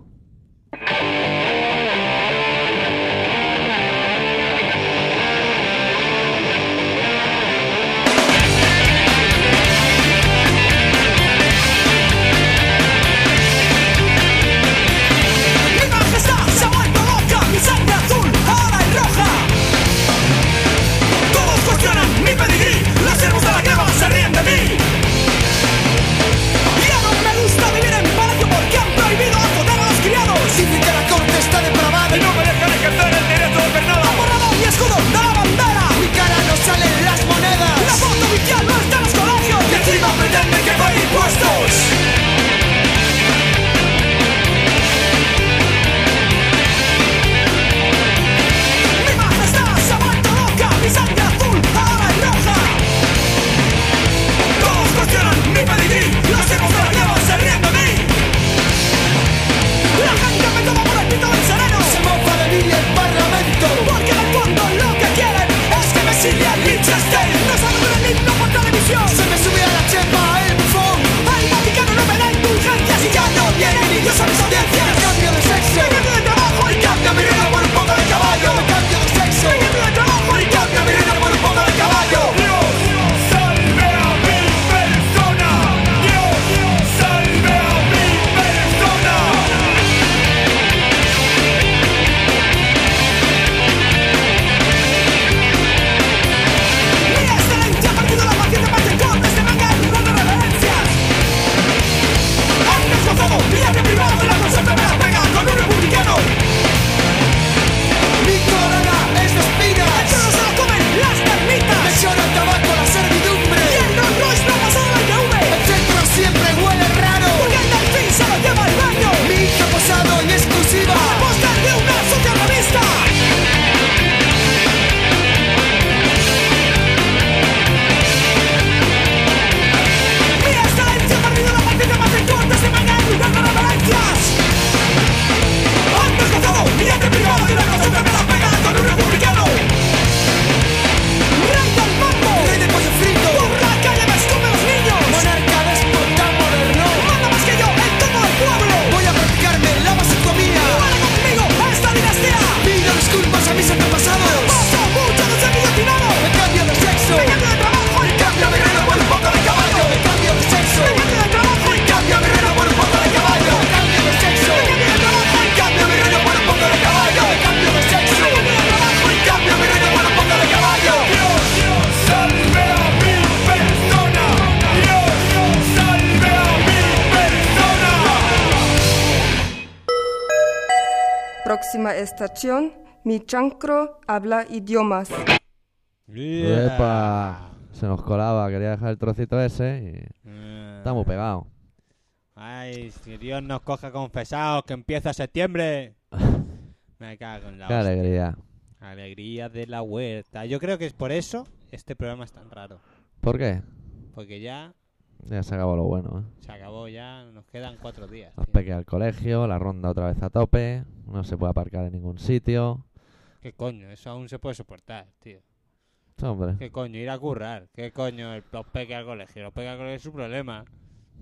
Speaker 4: Mi majestad se ha vuelto loca, mi sangre azul ahora es roja. Todos cuestionan mi pedigrí, los siervos de la crema se ríen de mí. Ya no me gusta vivir en palacio porque han prohibido azotar a los criados. Dicen que la corte está depravada y no me dejan ejercer el derecho de ver nada. Han borrado mi escudo de la bandera, mi cara no salen las monedas. La foto oficial no está en los colegios y encima pretenden que pague impuestos. Mi majestad se ha vuelto loca, mi sangre azul ahora es roja. Todos cuestionan mi pedigrí, los hijos de la lleva se ríen de mí. La gente me toma por el pito del sereno. Se mofa de mí el parlamento. Porque en el fondo lo que quieren es que me siga el Winchester. No saben ver el himno por televisión. Se me sube a la chepa el bufón. Al Vaticano no me da indulgencias y ya no vienen ni yo son mis audiencias. Me cambio de sexo. Me cambio de trabajo y cambio mi vida por un poco de caballo. Me cambio de sexo. Me cambio de trabajo y cambio mi vida por un poco de caballo. Dios salve a mi persona. Dios salve a mi persona. Mi excelencia ha perdido la paciencia para que cortes de manga en lugar de reverencias. Han destrozado mi aire privado y la consulta me la pega con un republicano. Mi corona es de espinas. El trono se lo comen las termitas. Lesiona el tabaco la servidumbre. Y el Rolls Royce no ha pasado la ITV. El centro siempre huele raro. Porque el delfín se lo lleva al baño. Mi hija ha posado en exclusiva. A la postal de una sucia revista. Mi excelencia ha perdido la partida más de cortes de manga en lugar de reverencias. Han desgastado mi arte privado y la consulta me la pega con un republicano. Rey del mambo, rey de pollo frito. Por la calle me escupe los niños. Monarca despota moderno. Manda más que yo en todo el pueblo. Voy a practicarme la vasectomía. Muere conmigo a esta dinastía. Pido disculpas a mis antepasados. Paso mucho de ser guillotinado. Me cambio de sexo. Me cambio de trabajo y cambio de reno por un poco de caballo. Me cambio de sexo. Me cambio de trabajo y cambio de reno por un poco de caballo. Me cambio de sexo. Me cambio de trabajo y cambio de reno por un poco de caballo. Me cambio de sexo. Me cambio de trabajo y cambio de reno por un poco de caballo. Dios, Dios, salve a mi persona. Dios, Dios, salve a mi persona.
Speaker 8: Próxima estación, mi chancro habla idiomas.
Speaker 2: Epa, Se nos colaba, quería dejar el trocito ese
Speaker 3: Ah,
Speaker 2: y está muy pegado.
Speaker 3: Eh. Ay, si Dios nos coja confesados que empieza septiembre. Me cago en la
Speaker 2: Qué
Speaker 3: hostia.
Speaker 2: alegría.
Speaker 3: Alegría de la huerta. Yo creo que es por eso este programa es tan raro.
Speaker 2: ¿Por qué?
Speaker 3: Porque ya
Speaker 2: Ya se acabó lo bueno, ¿eh?
Speaker 3: se acabó, ya nos quedan cuatro días.
Speaker 2: Las
Speaker 3: tío.
Speaker 2: peques al colegio, la ronda otra vez a tope, no se puede aparcar en ningún sitio.
Speaker 3: ¿Qué coño? Eso aún se puede soportar, tío.
Speaker 2: Hombre,
Speaker 3: ¿Qué coño? Ir a currar. ¿Qué coño? El, los peques al colegio. Los peques al colegio es su problema.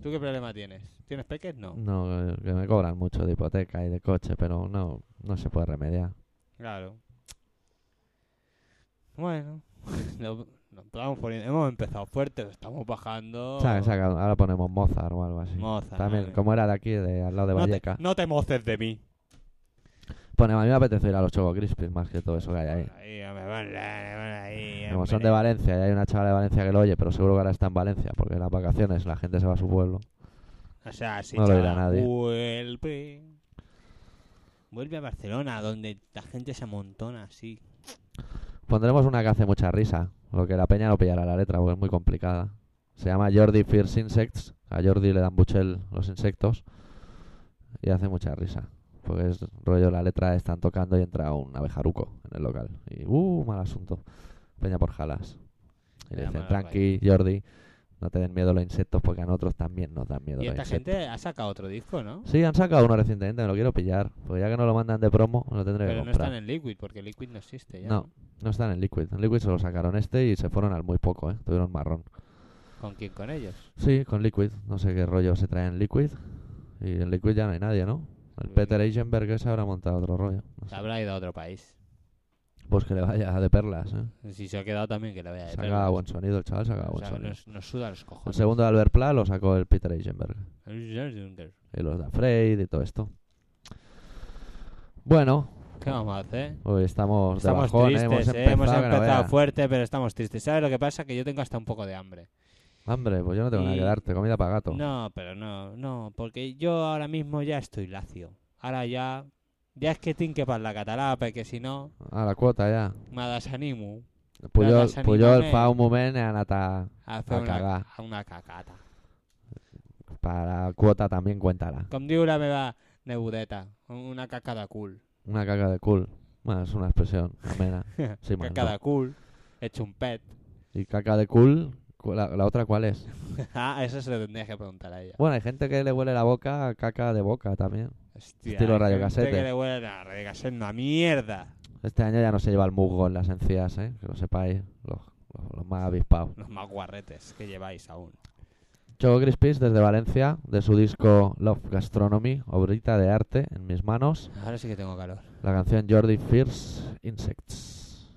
Speaker 3: ¿Tú qué problema tienes? ¿Tienes peques? No.
Speaker 2: no, que me cobran mucho de hipoteca y de coche, pero no, no se puede remediar.
Speaker 3: Claro. Bueno. Nos, nos vamos poniendo- Hemos empezado fuerte. Estamos bajando.
Speaker 2: Saca, saca, ahora ponemos Mozart o algo así.
Speaker 3: Oh. Mozart,
Speaker 2: También,
Speaker 3: madre.
Speaker 2: como era de aquí, de al lado de
Speaker 3: No te-
Speaker 2: Valleca.
Speaker 3: no te moces de mí.
Speaker 2: Bueno, a mí me apetece ir a los Choco Crispis más que todo eso que hay ahí.
Speaker 3: Ahí, hombre, ponla, ponla ahí,
Speaker 2: Como son
Speaker 3: hombre.
Speaker 2: de Valencia, y hay una chavala de Valencia que lo oye, pero seguro que ahora está en Valencia, porque en las vacaciones la gente se va a su pueblo.
Speaker 3: O sea, si
Speaker 2: No lo oirá
Speaker 3: Chaga
Speaker 2: nadie.
Speaker 3: vuelve. Vuelve a Barcelona, donde la gente se amontona así.
Speaker 2: Pondremos una que hace mucha risa, lo que la peña no pillará la letra, porque es muy complicada. Se llama Jordi Fears Insects. A Jordi le dan buchel los insectos. Y hace mucha risa. Porque es rollo, la letra están tocando y entra un abejaruco en el local. Y, uh, mal asunto. Peña por jalas. Y le
Speaker 3: Ya,
Speaker 2: dicen,
Speaker 3: mala
Speaker 2: tranqui, Jordi, no te den miedo los insectos porque a nosotros también nos dan miedo
Speaker 3: Y
Speaker 2: los
Speaker 3: esta
Speaker 2: insectos.
Speaker 3: gente ha sacado otro disco, ¿no?
Speaker 2: Sí, han sacado uno recientemente, me lo quiero pillar. Porque ya que no lo mandan de promo, lo tendré
Speaker 3: Pero
Speaker 2: que
Speaker 3: no
Speaker 2: comprar.
Speaker 3: están en Liquid, porque Liquid no existe ya.
Speaker 2: No, no están en Liquid. En Liquid se lo sacaron este y se fueron al muy poco, ¿eh? Tuvieron marrón.
Speaker 3: ¿Con quién? Con ellos.
Speaker 2: Sí, con Liquid. No sé qué rollo se trae en Liquid. Y en Liquid ya no hay nadie, ¿no? El Peter Eisenberg ese habrá montado otro rollo. No
Speaker 3: Se
Speaker 2: sé.
Speaker 3: habrá ido a otro país.
Speaker 2: Pues que le vaya de perlas, ¿eh?
Speaker 3: Si se ha quedado también, que le vaya de
Speaker 2: Saca
Speaker 3: perlas.
Speaker 2: buen sonido el chaval, saca
Speaker 3: O
Speaker 2: buen
Speaker 3: sea,
Speaker 2: sonido.
Speaker 3: nos, nos suda los
Speaker 2: El
Speaker 3: cojones.
Speaker 2: segundo de Albert Pla lo sacó el Peter Eisenberg.
Speaker 3: ¿Qué
Speaker 2: Y los de Afraid y todo esto. Bueno,
Speaker 3: vamos a hacer?
Speaker 2: hoy estamos,
Speaker 3: Estamos
Speaker 2: de bajón, ¿eh?
Speaker 3: tristes,
Speaker 2: hemos
Speaker 3: eh,
Speaker 2: empezado,
Speaker 3: hemos
Speaker 2: que no
Speaker 3: empezado
Speaker 2: veas.
Speaker 3: fuerte, pero estamos tristes. ¿Sabes lo que pasa? Que yo tengo hasta un poco de hambre.
Speaker 2: Hombre, pues yo no tengo nada
Speaker 3: Y-
Speaker 2: que darte, comida para gato.
Speaker 3: No, pero no, no, porque yo ahora mismo ya estoy lacio. Ahora ya, ya es que tinc que para la català, porque si no,
Speaker 2: A Ah, la cuota ya.
Speaker 3: me desanimo
Speaker 2: Puyol,
Speaker 3: desanimar,
Speaker 2: Puyol
Speaker 3: eh.
Speaker 2: pues fa un moment i ha anat a,
Speaker 3: a hacer
Speaker 2: a cagar.
Speaker 3: una, a una cacata.
Speaker 2: Para cuota también cuéntala.
Speaker 3: Com diu la meva nebudeta, una caca de cul.
Speaker 2: Una caca de cul. Bueno, es una expresión amena. Sí,
Speaker 3: caca
Speaker 2: bueno,
Speaker 3: de cul, ets un pet.
Speaker 2: Y caca de cul, cu- la, la otra cuál es?
Speaker 3: ah, eso se lo tendrías que preguntar a ella.
Speaker 2: Bueno, hay gente que le huele la boca a caca de boca también.
Speaker 3: Hostia,
Speaker 2: estilo
Speaker 3: hay
Speaker 2: Radio
Speaker 3: gente
Speaker 2: Casete.
Speaker 3: que le huele la Radio Casete, una mierda.
Speaker 2: Este año ya no se lleva el musgo en las encías, ¿eh? Que lo sepáis, los, los- los más avispados.
Speaker 3: Los más guarretes que lleváis aún.
Speaker 2: Choco Crispis desde Valencia, de su disco Love Gastronomy, obrita de arte en mis manos,
Speaker 3: Ahora sí que tengo calor.
Speaker 2: la canción Jordi Fierce Insects.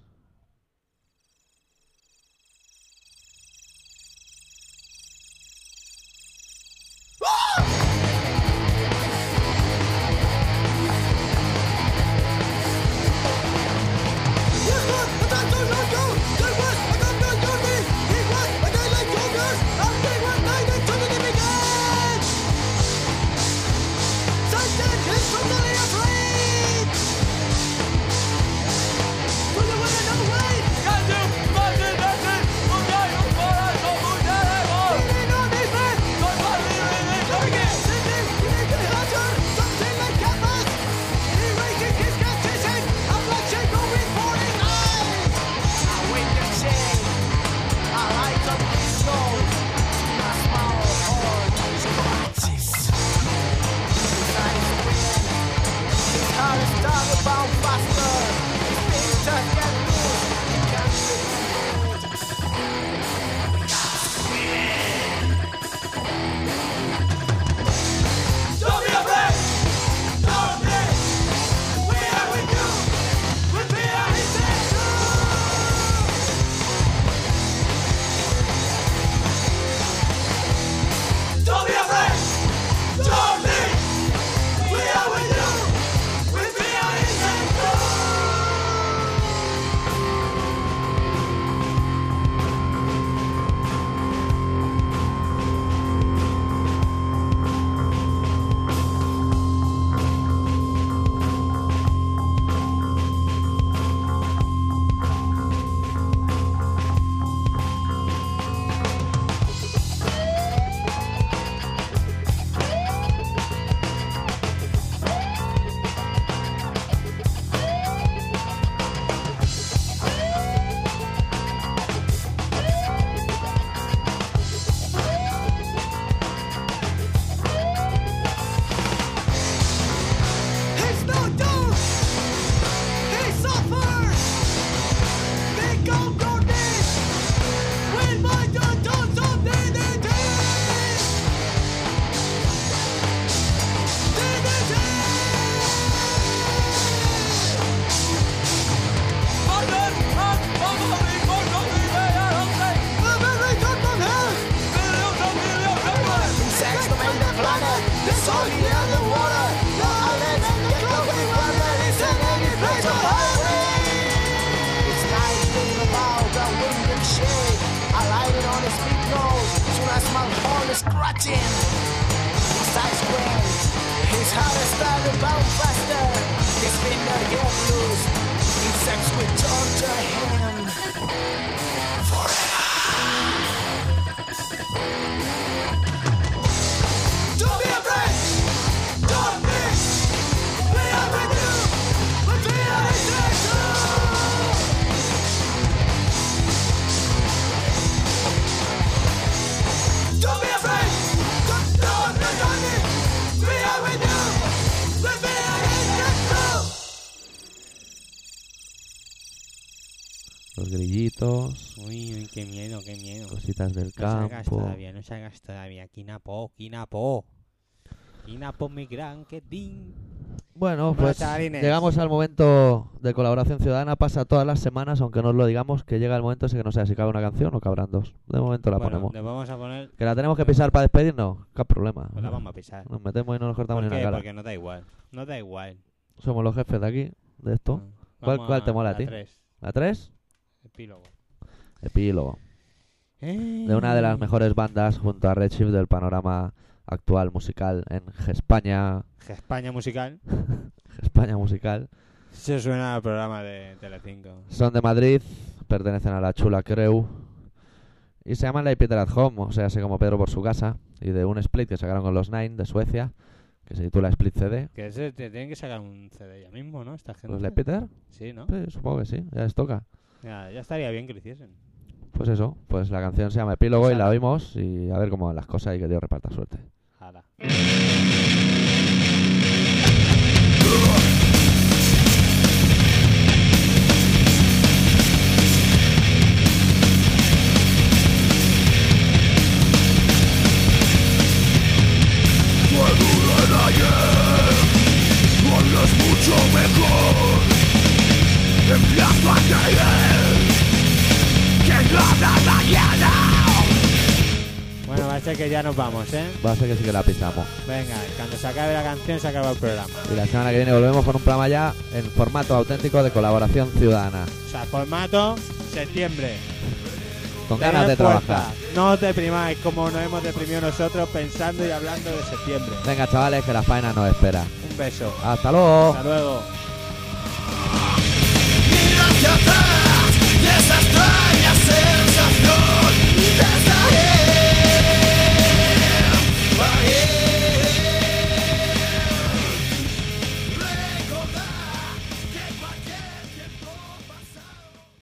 Speaker 2: Los unos grillitos,
Speaker 3: Uy, uy, qué miedo, qué miedo.
Speaker 2: cositas del
Speaker 3: No salgas
Speaker 2: campo.
Speaker 3: todavía, no salgas todavía. Quinapo, Quinapo. Quinapo, mi gran quetín.
Speaker 2: Bueno,
Speaker 3: Bueno,
Speaker 2: pues
Speaker 3: chavalines.
Speaker 2: llegamos al momento de colaboración ciudadana. Pasa todas las semanas, aunque no os lo digamos, que llega el momento ese que no sé si cabe una canción o cabrán dos. De momento la
Speaker 3: Bueno,
Speaker 2: ponemos.
Speaker 3: le vamos a poner.
Speaker 2: ¿Que la tenemos que pisar para despedirnos? ¿Qué problema?
Speaker 3: Pues la vamos a pisar.
Speaker 2: Nos metemos y no nos cortamos
Speaker 3: ¿Por
Speaker 2: ni una
Speaker 3: qué?
Speaker 2: cara.
Speaker 3: Porque no da igual. No da igual.
Speaker 2: Somos los jefes de aquí, de
Speaker 3: Ah.
Speaker 2: esto. ¿Cuál-
Speaker 3: Vamos
Speaker 2: cuál te mola a
Speaker 3: la
Speaker 2: ti?
Speaker 3: tres,
Speaker 2: ¿La 3?
Speaker 3: epílogo.
Speaker 2: Epílogo. De una de las
Speaker 3: Eh,
Speaker 2: mejores bandas junto a Redshift del panorama actual musical en España.
Speaker 3: España musical.
Speaker 2: España musical.
Speaker 3: Se suena al programa de Telecinco.
Speaker 2: Son de Madrid, pertenecen a la Chula Creu. Y se llaman La Peter at Home, o sea, así como Pedro por su casa. Y de un split que sacaron con los Nine de Suecia, que se titula Split CD.
Speaker 3: Que ese te tienen que sacar un CD ya mismo, ¿no? Esta gente.
Speaker 2: ¿Los Pues Le Peter?
Speaker 3: Sí, ¿no?
Speaker 2: Sí, supongo que sí, ya les toca.
Speaker 3: Ya, ya estaría bien que lo hiciesen.
Speaker 2: Pues eso, pues la canción se llama Epílogo y la oímos y a ver cómo van las cosas y que Dios reparta suerte.
Speaker 3: Ala. Bueno, va a ser que ya nos vamos, ¿eh?
Speaker 2: Va a ser que sí que la pisamos.
Speaker 3: Venga, cuando se acabe la canción se acaba el programa.
Speaker 2: Y la semana que viene volvemos con un programa ya en formato auténtico de colaboración ciudadana.
Speaker 3: O sea, formato septiembre.
Speaker 2: Con ganas de
Speaker 3: Tened fuerza.
Speaker 2: trabajar.
Speaker 3: No os deprimáis como nos hemos deprimido nosotros pensando y hablando de septiembre.
Speaker 2: Venga, chavales, que la faena nos espera.
Speaker 3: Un beso.
Speaker 2: ¡Hasta luego!
Speaker 3: Hasta luego.
Speaker 9: Mira hacia atrás y es atrás.